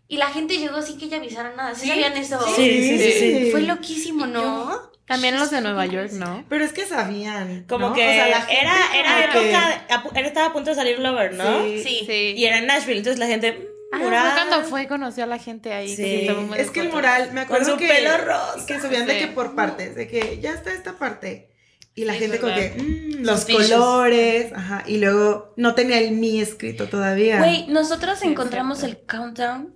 Speaker 5: y la gente llegó sin que ella avisara nada. ¿Sí,
Speaker 1: Sí,
Speaker 5: sabían eso?
Speaker 3: Sí, sí, sí, sí.
Speaker 5: Fue loquísimo, ¿no?
Speaker 4: También los de Nueva York, ¿no?
Speaker 6: Pero es que sabían.
Speaker 3: Como
Speaker 6: ¿no?
Speaker 3: que
Speaker 6: O sea, la gente
Speaker 3: era, era
Speaker 6: como que-
Speaker 3: época, de- a pu- él estaba a punto de salir Lover, ¿no?
Speaker 6: Sí.
Speaker 4: Sí.
Speaker 3: Y era en Nashville, entonces la gente,
Speaker 4: Ah, fue
Speaker 3: mural,
Speaker 4: cuando fue y conoció a la gente ahí. que se
Speaker 3: Sí.
Speaker 4: tomó
Speaker 6: Es que el
Speaker 4: fotos.
Speaker 6: mural, me
Speaker 3: con
Speaker 6: acuerdo
Speaker 3: su
Speaker 6: que,
Speaker 3: pelo rosa.
Speaker 6: que subían de
Speaker 4: Sí.
Speaker 6: que por partes, de que ya está esta parte. Y la
Speaker 4: Sí,
Speaker 6: gente
Speaker 4: es
Speaker 6: con que,
Speaker 4: verdad.
Speaker 6: mm, los
Speaker 1: Suspicious.
Speaker 6: colores, ajá, y luego no tenía el mi escrito todavía.
Speaker 1: Güey, nosotros encontramos el countdown.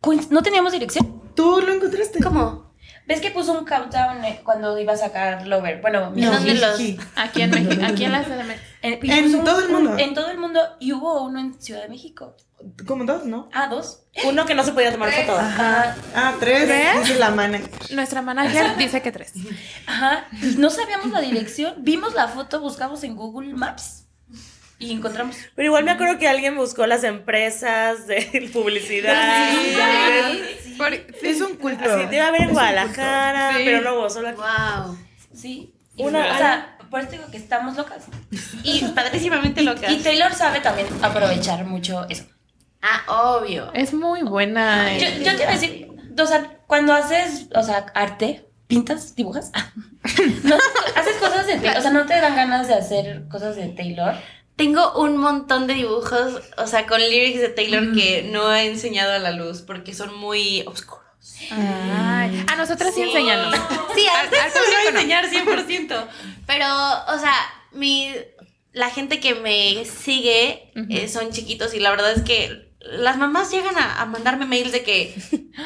Speaker 1: Coinc- No teníamos dirección.
Speaker 6: ¿Tú lo encontraste?
Speaker 5: ¿Cómo?
Speaker 1: ¿Ves que puso un countdown eh, cuando iba a sacar Lover? Bueno, mi
Speaker 5: No.
Speaker 1: novio.
Speaker 5: dónde los-
Speaker 6: sí.
Speaker 4: Aquí en México, aquí en la CDMX.
Speaker 1: En, Eh, y
Speaker 6: En
Speaker 1: puso
Speaker 6: todo el mundo.
Speaker 1: en todo el mundo. Y hubo uno en Ciudad de México.
Speaker 6: Como dos, ¿no?
Speaker 1: Ah, dos.
Speaker 3: Uno que no se podía tomar foto.
Speaker 1: Ajá.
Speaker 6: Ah, tres.
Speaker 4: ¿Tres?
Speaker 6: Dice la mana.
Speaker 4: Nuestra manager dice que tres.
Speaker 1: Ajá. Y no sabíamos la dirección. Vimos la foto, buscamos en Google Maps y encontramos.
Speaker 3: Pero igual me acuerdo que alguien buscó las empresas de publicidad.
Speaker 4: Por-
Speaker 6: Es un culto. Ah,
Speaker 3: Sí, te iba a ver en Guadalajara,
Speaker 4: Sí.
Speaker 3: pero no hubo solo aquí.
Speaker 5: Wow.
Speaker 1: Sí.
Speaker 3: Una-
Speaker 1: o sea, por eso digo que estamos locas.
Speaker 5: Y padrísimamente loca.
Speaker 1: Y Taylor sabe también aprovechar mucho eso.
Speaker 5: Ah, obvio.
Speaker 4: Es muy buena.
Speaker 1: Yo,
Speaker 4: eh.
Speaker 1: yo te iba a decir, o sea, cuando haces, o sea, arte, pintas, dibujas, no, haces cosas de Taylor, o sea, no te dan ganas de hacer cosas de Taylor.
Speaker 5: Tengo un montón de dibujos, o sea, con lyrics de Taylor que
Speaker 4: Mm.
Speaker 5: no he enseñado a la luz porque son muy oscuros.
Speaker 4: Ay, A nosotras sí, enséñanos.
Speaker 5: Sí,
Speaker 4: Al-
Speaker 5: a ustedes
Speaker 4: al
Speaker 5: se los voy
Speaker 4: público
Speaker 5: a
Speaker 4: no.
Speaker 5: enseñar 100%. Pero, o sea, mi, la gente que me sigue
Speaker 4: Ujú.
Speaker 5: eh, son chiquitos y la verdad es que las mamás llegan a, a mandarme mails de que,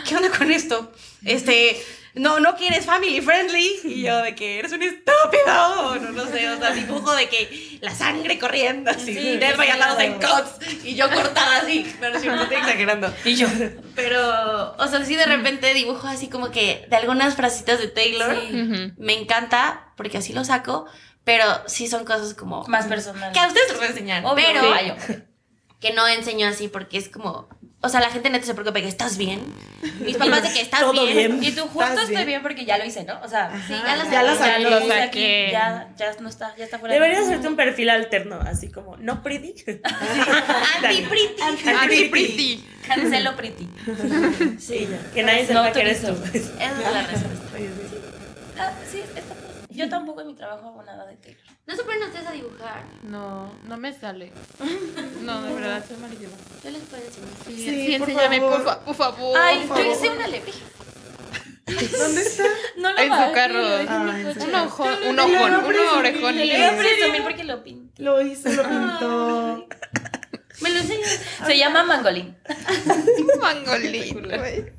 Speaker 5: ¿qué onda con esto? Este, no, no que eres family friendly. Y yo de que eres un estúpido. o No, no sé, o sea, dibujo de que la sangre corriendo así,
Speaker 1: Sí,
Speaker 5: dedos
Speaker 1: sí,
Speaker 5: bailando
Speaker 1: sí.
Speaker 5: en cuts y yo cortada así. No, no es cierto, estoy exagerando.
Speaker 1: Y yo.
Speaker 5: Pero, o sea, sí de repente dibujo así como que de algunas frasitas de Taylor.
Speaker 4: Ujú.
Speaker 5: Me encanta porque así lo saco, pero sí son cosas como...
Speaker 1: Más personal.
Speaker 5: Que a ustedes les voy a enseñar,
Speaker 1: Obvio,
Speaker 5: pero
Speaker 1: sí. Ay, yo.
Speaker 5: que no enseño así porque es como... O sea, la gente neta se preocupa de que estás bien. Mis papás de que estás
Speaker 6: Todo bien.
Speaker 1: Y tú justo
Speaker 6: ¿Estás
Speaker 1: estoy
Speaker 6: bien?
Speaker 1: bien porque ya lo hice, ¿no? O sea, sí, ya lo
Speaker 6: Ya lo
Speaker 1: saqué,
Speaker 6: saqué.
Speaker 1: lo
Speaker 6: Lo
Speaker 1: hice
Speaker 4: saqué.
Speaker 1: aquí, Ya, ya no está, ya está fuera. de-
Speaker 3: Deberías hacerte un perfil alterno, así como no pretty.
Speaker 5: Anti-pretty.
Speaker 6: Ah.
Speaker 4: Anti pretty.
Speaker 1: Cancelo Pretty.
Speaker 3: Sí, ya, que nadie
Speaker 1: No
Speaker 3: sepa que eres tú.
Speaker 1: autorizo.
Speaker 5: Esa es la respuesta.
Speaker 1: Ah, sí, está bien. Yo tampoco en mi trabajo hago nada de Taylor.
Speaker 5: No se ponen ustedes a dibujar.
Speaker 4: No, no me sale. No, de verdad, soy malísima.
Speaker 5: Yo les puedo enseñar.
Speaker 4: Sí,
Speaker 6: Sí,
Speaker 4: sí,
Speaker 6: por
Speaker 4: enséñame, por,
Speaker 6: favor.
Speaker 4: fa- por favor.
Speaker 1: Ay,
Speaker 6: por
Speaker 1: yo
Speaker 6: favor.
Speaker 1: hice una alebrije.
Speaker 6: ¿Dónde está?
Speaker 1: No lo
Speaker 4: En su
Speaker 1: bajé,
Speaker 4: carro.
Speaker 1: lo hice en mi
Speaker 6: Ah, ¿en
Speaker 1: coche.
Speaker 4: un ojo, un
Speaker 6: no,
Speaker 4: ojo,
Speaker 6: no,
Speaker 4: un
Speaker 6: presumí.
Speaker 4: orejón.
Speaker 1: Le voy a presumir porque lo pinté.
Speaker 6: Lo hizo, lo pintó.
Speaker 5: Me lo enseñan.
Speaker 1: Se llama Mangolín.
Speaker 4: Mangolín, güey.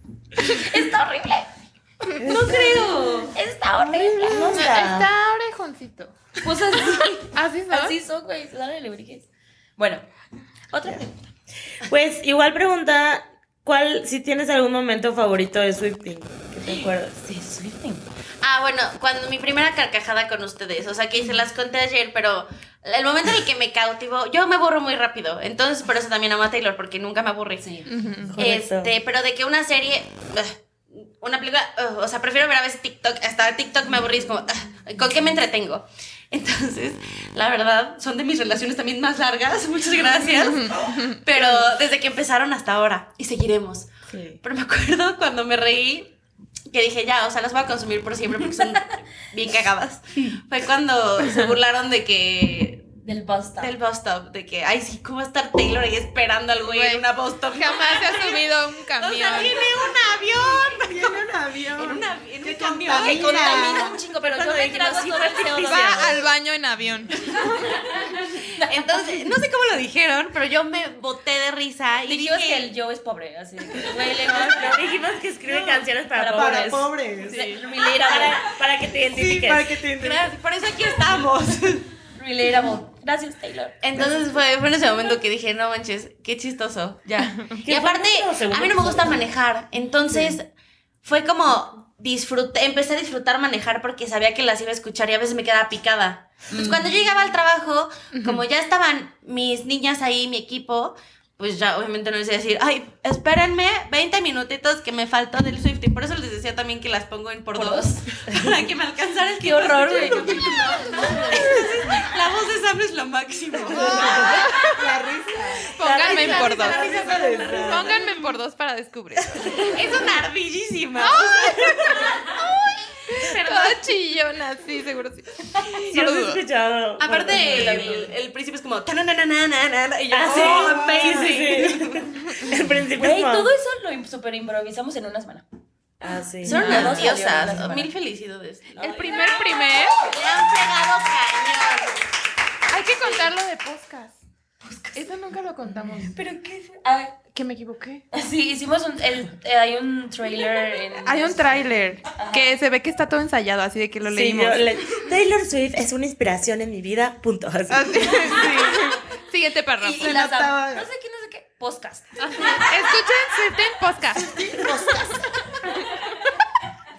Speaker 1: Está horrible.
Speaker 5: No creo.
Speaker 1: Está horrible.
Speaker 6: No está.
Speaker 4: Está orejoncito.
Speaker 1: Pues así.
Speaker 4: Así son.
Speaker 1: Así son, güey. Se dan alebrijes. Bueno, otra pregunta.
Speaker 3: Pues igual pregunta, ¿cuál, si tienes algún momento favorito de Swifting? Que te acuerdas.
Speaker 1: Sí, Swifting.
Speaker 5: Ah, bueno, cuando mi primera carcajada con ustedes, o sea que se las conté ayer, pero el momento en el que me cautivó, yo me aburro muy rápido, entonces por eso también amo a Taylor, porque nunca me aburre.
Speaker 4: Ujú.
Speaker 3: Correcto.
Speaker 5: Este, pero de que una serie, ugh, una película, ugh, o sea, prefiero ver a veces TikTok, hasta TikTok me aburrís como, ugh, ¿con qué me entretengo? Entonces, la verdad, son de mis relaciones también más largas, muchas gracias, pero desde que empezaron hasta ahora, y seguiremos. Pero me acuerdo cuando me reí que dije, ya, o sea, las voy a consumir por siempre porque son bien cagadas. Fue cuando se burlaron de que...
Speaker 1: Del Basta.
Speaker 5: Del bus stop, de que, ay, sí, ¿cómo va a estar Taylor ahí esperando al güey
Speaker 4: Güey.
Speaker 5: en una bus stop?
Speaker 4: Jamás se ha subido un
Speaker 5: O sea, tiene
Speaker 4: camión.
Speaker 5: un avión.
Speaker 6: Viene un avión.
Speaker 5: En, una, en un
Speaker 6: Qué
Speaker 5: camión.
Speaker 1: Que
Speaker 6: contamina.
Speaker 1: contamina un chingo, pero yo
Speaker 5: Cuando
Speaker 1: me
Speaker 5: dijimos,
Speaker 1: tiraba
Speaker 5: sí,
Speaker 1: todo
Speaker 5: fue
Speaker 1: el CO2.
Speaker 4: Va al baño en avión.
Speaker 5: Entonces, no sé cómo lo dijeron, pero yo me boté de risa y
Speaker 1: Dijimos
Speaker 5: dije...
Speaker 1: que el Joe es pobre, así de que, güey, le gusta.
Speaker 3: Dijimos que escribe canciones para,
Speaker 1: para
Speaker 6: Para
Speaker 3: pobres.
Speaker 6: pobres. Sí,
Speaker 1: Relatable.
Speaker 3: Para, para que te identifiques.
Speaker 6: para que te entiendan.
Speaker 5: Gracias, por eso aquí estamos.
Speaker 1: Relatable. Gracias, Taylor.
Speaker 5: Entonces fue, fue en ese momento que dije, no manches, qué chistoso, ya.
Speaker 3: Qué
Speaker 5: y aparte,
Speaker 3: famoso, seguro
Speaker 5: a mí no me
Speaker 3: que
Speaker 5: gusta
Speaker 3: sí.
Speaker 5: manejar, entonces fue como, disfruté, empecé a disfrutar manejar porque sabía que las iba a escuchar y a veces me quedaba picada. Entonces cuando yo llegaba al trabajo, como ya estaban mis niñas ahí, mi equipo, pues ya obviamente no les iba a decir, ay, espérenme 20 minutitos que me faltó del Swift. Y por eso les decía también que las pongo en por, dos, para que me alcanzara el
Speaker 1: Qué horror, güey.
Speaker 5: La voz de Sam es lo máximo.
Speaker 6: La risa.
Speaker 4: Pónganme en por dos.
Speaker 6: La risa de Sam.
Speaker 4: Pónganme en por dos para descubrir.
Speaker 5: Es una ardillísima.
Speaker 4: Toda chillona, sí, seguro sí.
Speaker 3: Sí, los he escuchado.
Speaker 5: Aparte, el, el principio es como. "Tanananananana", Y yo,
Speaker 3: Ah, sí.
Speaker 5: "Oh,
Speaker 3: sí,
Speaker 5: amazing".
Speaker 3: sí, sí. El principio es
Speaker 1: Güey,
Speaker 3: como-
Speaker 1: todo eso lo super improvisamos en una semana.
Speaker 3: Ah, sí.
Speaker 5: Son
Speaker 1: Ah,
Speaker 5: unas
Speaker 1: dos salió en la
Speaker 5: diosas.
Speaker 1: semana.
Speaker 5: Mil felicidades.
Speaker 4: El primer primer.
Speaker 5: Le han pegado cañón.
Speaker 4: Hay que contarlo de podcast. Eso nunca lo contamos.
Speaker 1: ¿Pero qué? Ah,
Speaker 4: Que me equivoqué.
Speaker 1: sí, hicimos un. El, eh, hay un trailer en.
Speaker 4: Hay un tráiler que se ve que está todo ensayado, así de que lo
Speaker 3: Sí,
Speaker 4: leímos.
Speaker 3: yo le- Taylor Swift es una inspiración en mi vida, punto. Así.
Speaker 4: Así, sí. Siguiente párrafo.
Speaker 1: Y, y
Speaker 6: Se
Speaker 1: las-
Speaker 6: notaba.
Speaker 1: No sé qué, no sé qué. Podcast.
Speaker 4: Escuchen Certain Podcast.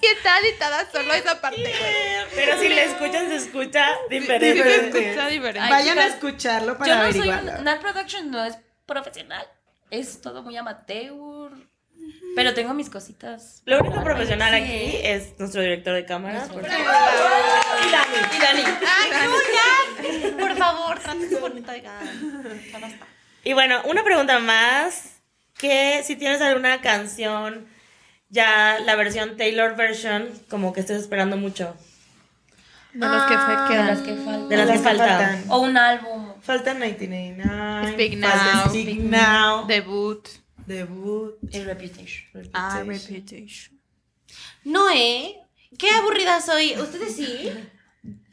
Speaker 4: Y está editada solo esa parte.
Speaker 3: Pero si la escuchan, se escucha
Speaker 4: Sí,
Speaker 3: diferente.
Speaker 4: se
Speaker 6: Diferente.
Speaker 4: escucha diferente.
Speaker 1: Ay,
Speaker 6: Vayan a
Speaker 1: chicas,
Speaker 6: escucharlo
Speaker 1: Yo
Speaker 6: para
Speaker 1: no soy.
Speaker 6: averiguarlo.
Speaker 1: un- Nat Production no es profesional. Es todo muy amateur. Pero tengo mis cositas.
Speaker 3: Lo único profesional
Speaker 1: Sí.
Speaker 3: aquí es nuestro director de cámara. porque-
Speaker 1: Y Dani. Y Dani.
Speaker 5: Ay, Julia. Por favor, trates bonito de ganar. Ya basta.
Speaker 3: Y bueno, una pregunta más, que si tienes alguna canción, ya la versión Taylor version, como que estés esperando mucho,
Speaker 4: De los que se
Speaker 1: De
Speaker 4: quedan.
Speaker 1: las que faltan.
Speaker 3: de las, que faltan.
Speaker 1: O un álbum.
Speaker 6: Faltan 99.
Speaker 4: Speak
Speaker 6: falta
Speaker 4: Now.
Speaker 6: Speak Now.
Speaker 4: Debut.
Speaker 6: Debut.
Speaker 1: Y Reputation.
Speaker 4: Ah, Reputation.
Speaker 5: No, ¿eh? Qué aburrida soy. ¿Ustedes sí?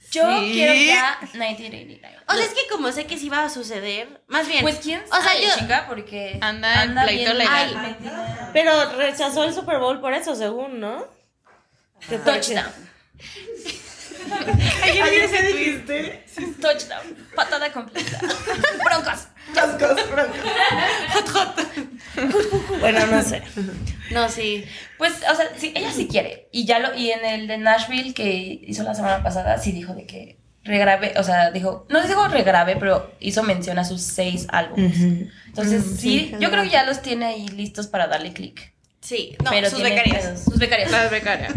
Speaker 1: Yo
Speaker 4: Sí.
Speaker 1: quiero ya 1989.
Speaker 5: O sea, es que como sé que sí va a suceder, más bien.
Speaker 1: Pues quién
Speaker 5: O sea,
Speaker 1: sabe,
Speaker 5: yo-
Speaker 1: chica, porque
Speaker 4: Anda en pleito
Speaker 1: bien
Speaker 4: legal.
Speaker 1: mal.
Speaker 3: Pero rechazó el Super Bowl por eso, según, ¿no? ¿Qué tal?
Speaker 1: Touchdown.
Speaker 6: ¿Ayer qué dijiste?
Speaker 1: Touchdown. Patada completa. Broncos.
Speaker 6: Francos, francos.
Speaker 3: Bueno, no sé.
Speaker 5: No, sí.
Speaker 1: Pues, o sea, sí, ella sí quiere. Y ya lo, y en el de Nashville que hizo la semana pasada, sí dijo de que regrabe, o sea, dijo, no dijo regrabe, pero hizo mención a sus seis álbumes. Entonces,
Speaker 3: Mm,
Speaker 1: sí, yo creo que ya los tiene ahí listos para darle clic.
Speaker 5: Sí, no,
Speaker 1: pero
Speaker 5: sus
Speaker 1: tiene pedos.
Speaker 5: becarias.
Speaker 1: Sus becarias.
Speaker 4: Las becarias.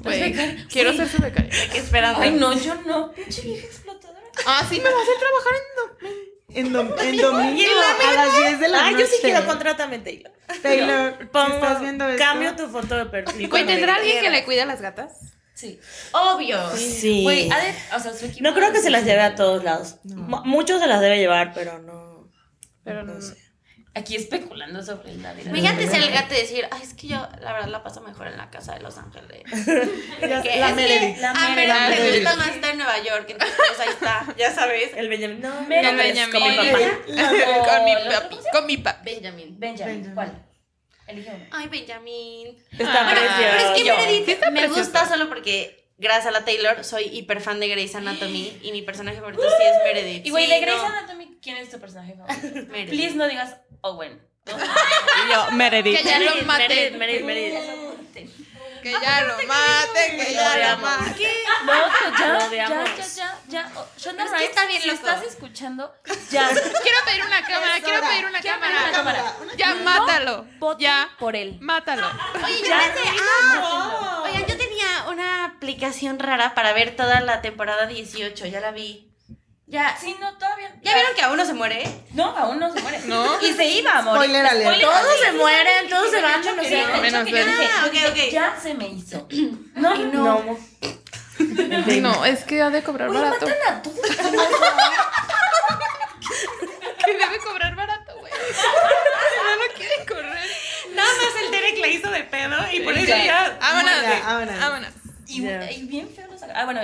Speaker 4: Güey, Quiero ser su becaria.
Speaker 5: Que esperando.
Speaker 1: Ay, no, yo no. Pinche vieja explotadora.
Speaker 4: Ah, sí, me vas a hacer trabajar en...
Speaker 6: En, dom- en domingo a las 10 de la
Speaker 3: Ah,
Speaker 6: noche.
Speaker 3: yo sí quiero contrátame, Taylor.
Speaker 6: Taylor, si
Speaker 3: Pongo,
Speaker 6: estás viendo esto.
Speaker 3: cambio tu foto de perfil.
Speaker 4: Güey,
Speaker 3: cuando
Speaker 4: ¿tendrá
Speaker 3: me
Speaker 4: alguien que
Speaker 3: quieras.
Speaker 4: le cuide a las gatas?
Speaker 1: Sí. Obvio.
Speaker 3: Sí.
Speaker 1: Güey, ha de- o sea, su equipo.
Speaker 3: No creo que se las lleve a
Speaker 1: todos.
Speaker 3: todos lados. Mu- Muchos se las debe llevar, pero no.
Speaker 4: Pero no.
Speaker 3: No sé.
Speaker 1: Aquí especulando sobre el Navidad.
Speaker 5: Imagínate ser el gato y decir, ay, es que yo la verdad la paso mejor en la casa de Los Ángeles.
Speaker 6: Ya-
Speaker 5: Que
Speaker 6: La
Speaker 5: es
Speaker 6: Meredith.
Speaker 5: que
Speaker 1: La
Speaker 5: a
Speaker 1: Meredith.
Speaker 5: Meredith le gusta más estar en Nueva York, entonces pues, ahí está, ya sabes.
Speaker 3: El Benjamin. No,
Speaker 1: Pero
Speaker 3: no, es como mi
Speaker 4: Benjamin.
Speaker 3: papá.
Speaker 1: O-
Speaker 4: Con mi
Speaker 1: ¿el otro
Speaker 4: papi,
Speaker 1: cómo se llama?
Speaker 4: con mi papi.
Speaker 5: Benjamin.
Speaker 1: Benjamin.
Speaker 6: Benjamin.
Speaker 1: ¿Cuál? Elige uno.
Speaker 5: Ay, Benjamin.
Speaker 3: Está
Speaker 5: Bueno, pero es que
Speaker 3: precioso.
Speaker 5: Meredith
Speaker 4: Sí, está
Speaker 5: me
Speaker 4: precioso.
Speaker 5: gusta solo porque, gracias a la Taylor, soy hiper fan de Grey's Anatomy y mi personaje favorito sí es Meredith.
Speaker 1: Y güey,
Speaker 5: Sí,
Speaker 1: de Grey's
Speaker 5: no,
Speaker 1: Anatomy, ¿quién es tu personaje favorito?
Speaker 5: Meredith.
Speaker 1: Please no digas oh, Owen. No.
Speaker 4: Y yo, Meredith. Que ya lo maten.
Speaker 3: Meredith, Meredith.
Speaker 4: Que ya lo maten. Que ya lo maten.
Speaker 1: No, ya,
Speaker 3: Lo
Speaker 1: ya,
Speaker 3: odiamos.
Speaker 1: ya, ya, ya. Oh, Shonda
Speaker 5: Pero es que
Speaker 1: Rhimes,
Speaker 5: está bien
Speaker 1: si
Speaker 5: loco.
Speaker 1: estás escuchando, ya.
Speaker 4: Quiero pedir una cámara. Quiero pedir una
Speaker 1: Quiero pedir una
Speaker 4: cámara.
Speaker 1: cámara.
Speaker 4: Ya mátalo.
Speaker 1: Voten
Speaker 4: Ya
Speaker 1: por él.
Speaker 4: mátalo.
Speaker 5: Oye, yo pensé, ah, oigan, yo tenía una aplicación rara para ver toda la temporada 18, ya la vi. Ya,
Speaker 1: Sí, no, todavía.
Speaker 5: ¿ya vieron que a uno se muere?
Speaker 1: No, aún no se muere.
Speaker 4: No.
Speaker 1: Y se iba a morir.
Speaker 6: Spoiler alert.
Speaker 3: Todos se mueren, todos se van,
Speaker 1: Yo
Speaker 3: menos
Speaker 1: quería-
Speaker 3: él.
Speaker 1: yo
Speaker 4: menos
Speaker 1: quería-
Speaker 4: él.
Speaker 1: dije,
Speaker 5: Ah, ok, ok.
Speaker 1: Ya se me hizo. No, no.
Speaker 3: No.
Speaker 4: No, es que ha de cobrar
Speaker 1: Güey,
Speaker 4: barato.
Speaker 1: matan a todos.
Speaker 4: Que debe cobrar barato, güey. No lo quieren correr.
Speaker 5: Nada más el Derek la hizo de pedo y por
Speaker 1: eso
Speaker 5: ya.
Speaker 4: Vámonos.
Speaker 6: Ya, vámonos.
Speaker 4: Vámonos.
Speaker 1: Y,
Speaker 3: Ya.
Speaker 1: y bien feo los Ah, bueno.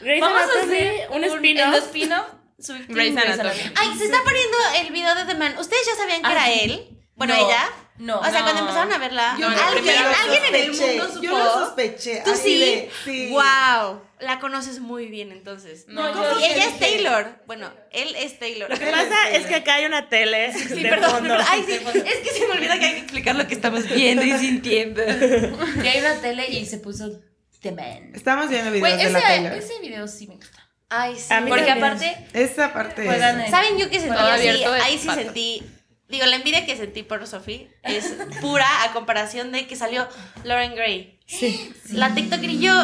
Speaker 3: Grey's
Speaker 1: vamos a
Speaker 3: Anatomy,
Speaker 1: hacer
Speaker 3: un
Speaker 1: Un
Speaker 3: spin-off.
Speaker 1: spin-off. su-
Speaker 4: Grey's Anatomy.
Speaker 5: Ay, se está poniendo el video de The Man. ¿Ustedes ya sabían que
Speaker 1: Ah,
Speaker 5: era
Speaker 1: sí.
Speaker 5: él? Bueno,
Speaker 1: No,
Speaker 5: ella.
Speaker 1: no.
Speaker 5: O sea,
Speaker 1: No.
Speaker 5: cuando empezaron a verla,
Speaker 4: Yo no,
Speaker 5: alguien,
Speaker 4: primero lo
Speaker 5: alguien en el
Speaker 6: Sospeché,
Speaker 5: mundo supo.
Speaker 6: Yo lo sospeché.
Speaker 5: ¿Tú
Speaker 6: así
Speaker 5: sí?
Speaker 6: de, sí.
Speaker 5: Wow. La conoces muy bien entonces.
Speaker 1: No,
Speaker 5: Y
Speaker 1: yo-
Speaker 5: ella es Taylor. Bueno, él es Taylor.
Speaker 3: Lo que pasa es que acá hay una tele
Speaker 5: Sí,
Speaker 3: de
Speaker 5: perdón,
Speaker 3: fondo.
Speaker 5: perdón. Ay, sí. Es que se me olvida que hay que explicar lo que estamos viendo y sintiendo.
Speaker 1: Y hay una tele y se puso The Man.
Speaker 6: Estamos viendo videos
Speaker 1: Güey,
Speaker 6: de la Taylor.
Speaker 1: ese, ese video sí me gusta.
Speaker 5: Ay, sí.
Speaker 3: A mí
Speaker 1: Porque
Speaker 3: también.
Speaker 1: aparte
Speaker 6: Esa parte.
Speaker 1: juegan
Speaker 6: es-
Speaker 1: en.
Speaker 5: ¿Saben yo qué sentí
Speaker 4: Bueno,
Speaker 5: así?
Speaker 4: abierto de
Speaker 5: Ahí sí
Speaker 4: patas.
Speaker 5: sentí. Digo, la envidia que sentí por Sophie es pura a comparación de que salió Lauren Gray. Sí. La TikToker y yo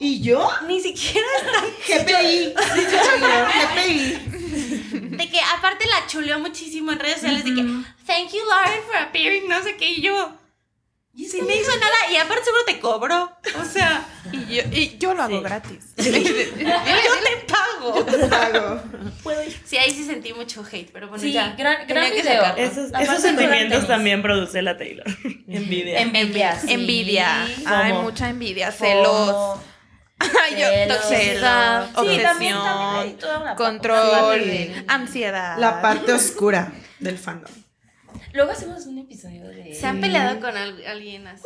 Speaker 6: ¿Y yo?
Speaker 5: ni siquiera está.
Speaker 6: GPI. Dicho Taylor, GPI.
Speaker 5: De que aparte la chuleó muchísimo en redes sociales de que thank you Lauren for appearing, no sé qué, y yo. Y si me hizo nada, y aparte seguro te cobro. O sea,
Speaker 4: Y yo, y yo lo hago gratis.
Speaker 5: yo te pago.
Speaker 6: Pago.
Speaker 5: Sí, ahí sí sentí mucho hate, pero bueno,
Speaker 1: Sí,
Speaker 5: ya.
Speaker 1: gran- gran
Speaker 5: Tenía que
Speaker 1: video.
Speaker 5: sacarlo.
Speaker 3: Esos,
Speaker 1: Aparte
Speaker 3: esos
Speaker 1: juegan
Speaker 3: sentimientos
Speaker 1: tenis.
Speaker 3: también produce la Taylor. Envidia.
Speaker 1: Envidia. sí.
Speaker 4: Envidia. Hay mucha envidia.
Speaker 1: Fomo,
Speaker 4: Celos. Ay, yo.
Speaker 1: celos.
Speaker 4: Celos.
Speaker 1: Sí, también, también hay
Speaker 4: Obsesión.
Speaker 1: toda una
Speaker 4: Control.
Speaker 1: Sí.
Speaker 4: Ansiedad.
Speaker 6: La parte oscura del fandom.
Speaker 1: Luego hacemos un episodio de.
Speaker 5: ¿Se han peleado con al- alguien así?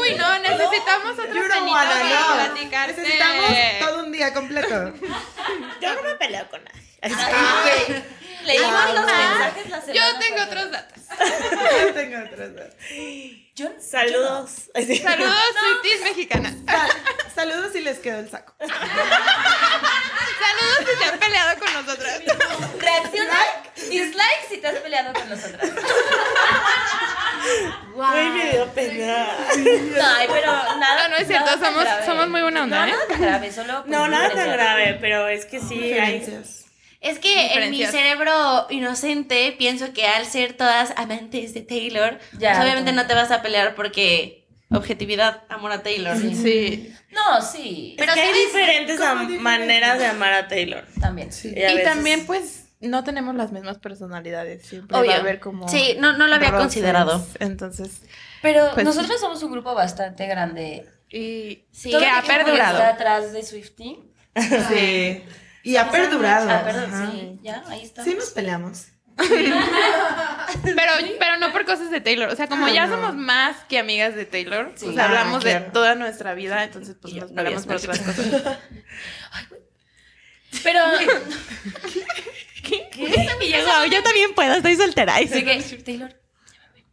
Speaker 4: Uy, no, necesitamos otra
Speaker 6: You don't
Speaker 4: cenita
Speaker 6: wanna
Speaker 4: para
Speaker 6: know.
Speaker 4: platicar.
Speaker 6: Necesitamos todo un día completo.
Speaker 3: Yo no me peleo con nadie.
Speaker 1: Leímos los
Speaker 5: Ay,
Speaker 1: mensajes la semana
Speaker 4: Yo tengo
Speaker 1: pasada.
Speaker 4: otros datos.
Speaker 6: Yo tengo otros datos.
Speaker 1: Yo-
Speaker 3: Saludos.
Speaker 4: Saludos, suitis mexicanas.
Speaker 6: Sa- Saludos y les quedó el saco.
Speaker 4: Saludos si se han peleado con nosotras.
Speaker 1: Reacciona, dislike si te has peleado con nosotras.
Speaker 3: Muy medio pena.
Speaker 1: Ay, pero nada.
Speaker 4: No, no es cierto,
Speaker 1: nada tan
Speaker 4: somos-
Speaker 1: grave.
Speaker 4: somos muy buena
Speaker 1: no,
Speaker 4: onda, ¿eh?
Speaker 1: Nada tan grave, solo. pues,
Speaker 3: No, nada tan
Speaker 1: diferencias.
Speaker 3: grave, pero es que sí hay.
Speaker 6: Diferencias.
Speaker 5: Es que en mi
Speaker 4: Diferencias.
Speaker 5: cerebro inocente pienso que al ser todas amantes de Taylor,
Speaker 1: Ya,
Speaker 5: pues obviamente
Speaker 1: como-
Speaker 5: no te vas a pelear porque objetividad, amor a Taylor.
Speaker 4: Sí.
Speaker 1: No, sí,
Speaker 3: Pero que
Speaker 5: Pero
Speaker 3: hay
Speaker 5: ¿sabes
Speaker 3: diferentes
Speaker 6: cómo
Speaker 3: am-
Speaker 6: diferentes?
Speaker 3: maneras de amar a Taylor.
Speaker 1: también.
Speaker 6: Sí.
Speaker 3: Y, a
Speaker 4: Y
Speaker 3: veces-
Speaker 4: también, pues, no tenemos las mismas personalidades. Siempre
Speaker 5: Obvio.
Speaker 4: va a haber como.
Speaker 5: Sí, no, no lo había
Speaker 4: roces.
Speaker 5: considerado.
Speaker 4: Entonces.
Speaker 1: Pero
Speaker 4: Pues sí.
Speaker 1: nosotros somos un grupo bastante grande.
Speaker 4: Y.
Speaker 5: Sí.
Speaker 1: Todo
Speaker 4: que
Speaker 1: el
Speaker 4: ha
Speaker 1: tiempo
Speaker 4: perdurado.
Speaker 1: Está atrás de Swifty.
Speaker 6: Sí. Y ha perdurado.
Speaker 1: Ah, perdón,
Speaker 6: ajá.
Speaker 1: sí, ya, ahí está.
Speaker 6: Sí nos peleamos.
Speaker 4: Pero, pero no por cosas de Taylor. O sea, como ya somos más que amigas de Taylor, o sea, hablamos
Speaker 6: Ah, claro.
Speaker 4: de toda nuestra vida, entonces pues nos paramos por otras cosas.
Speaker 1: Pero,
Speaker 5: yo también puedo, estoy soltera.
Speaker 1: así que, Taylor,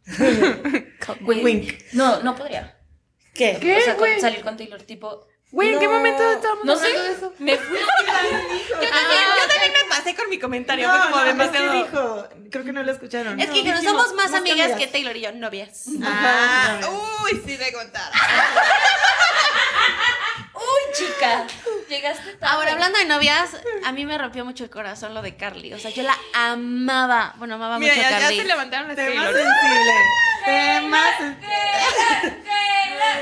Speaker 1: llámame. Güey,
Speaker 6: Wink.
Speaker 1: No, no podría.
Speaker 3: ¿Qué?
Speaker 4: ¿Qué,
Speaker 1: O sea, con-
Speaker 4: güey?
Speaker 1: salir con Taylor, tipo,
Speaker 4: Güey, ¿en qué
Speaker 6: No,
Speaker 4: momento estamos
Speaker 1: no sé,
Speaker 4: hablando de eso?
Speaker 1: me fui.
Speaker 5: yo también me pasé con mi comentario.
Speaker 6: No,
Speaker 5: fue como
Speaker 6: no, es que
Speaker 5: demasiado.
Speaker 6: dijo, creo que no lo escucharon.
Speaker 5: Es que
Speaker 6: No,
Speaker 5: dijeron,
Speaker 6: dijimos,
Speaker 5: somos más
Speaker 6: más que
Speaker 5: amigas que
Speaker 6: amigas.
Speaker 5: Taylor y yo, novias.
Speaker 4: Ah,
Speaker 6: Ajá, no,
Speaker 4: uy, sí te contara.
Speaker 1: Uy, chica, llegaste tarde.
Speaker 5: Ahora, hablando de novias, a mí me rompió mucho el corazón lo de Carly. O sea, yo la amaba. Bueno, amaba
Speaker 4: Mira,
Speaker 5: mucho
Speaker 4: ya,
Speaker 5: a
Speaker 4: ya
Speaker 5: Carly.
Speaker 4: se levantaron las
Speaker 6: Tema
Speaker 4: Taylor.
Speaker 6: sensible. Tema sen-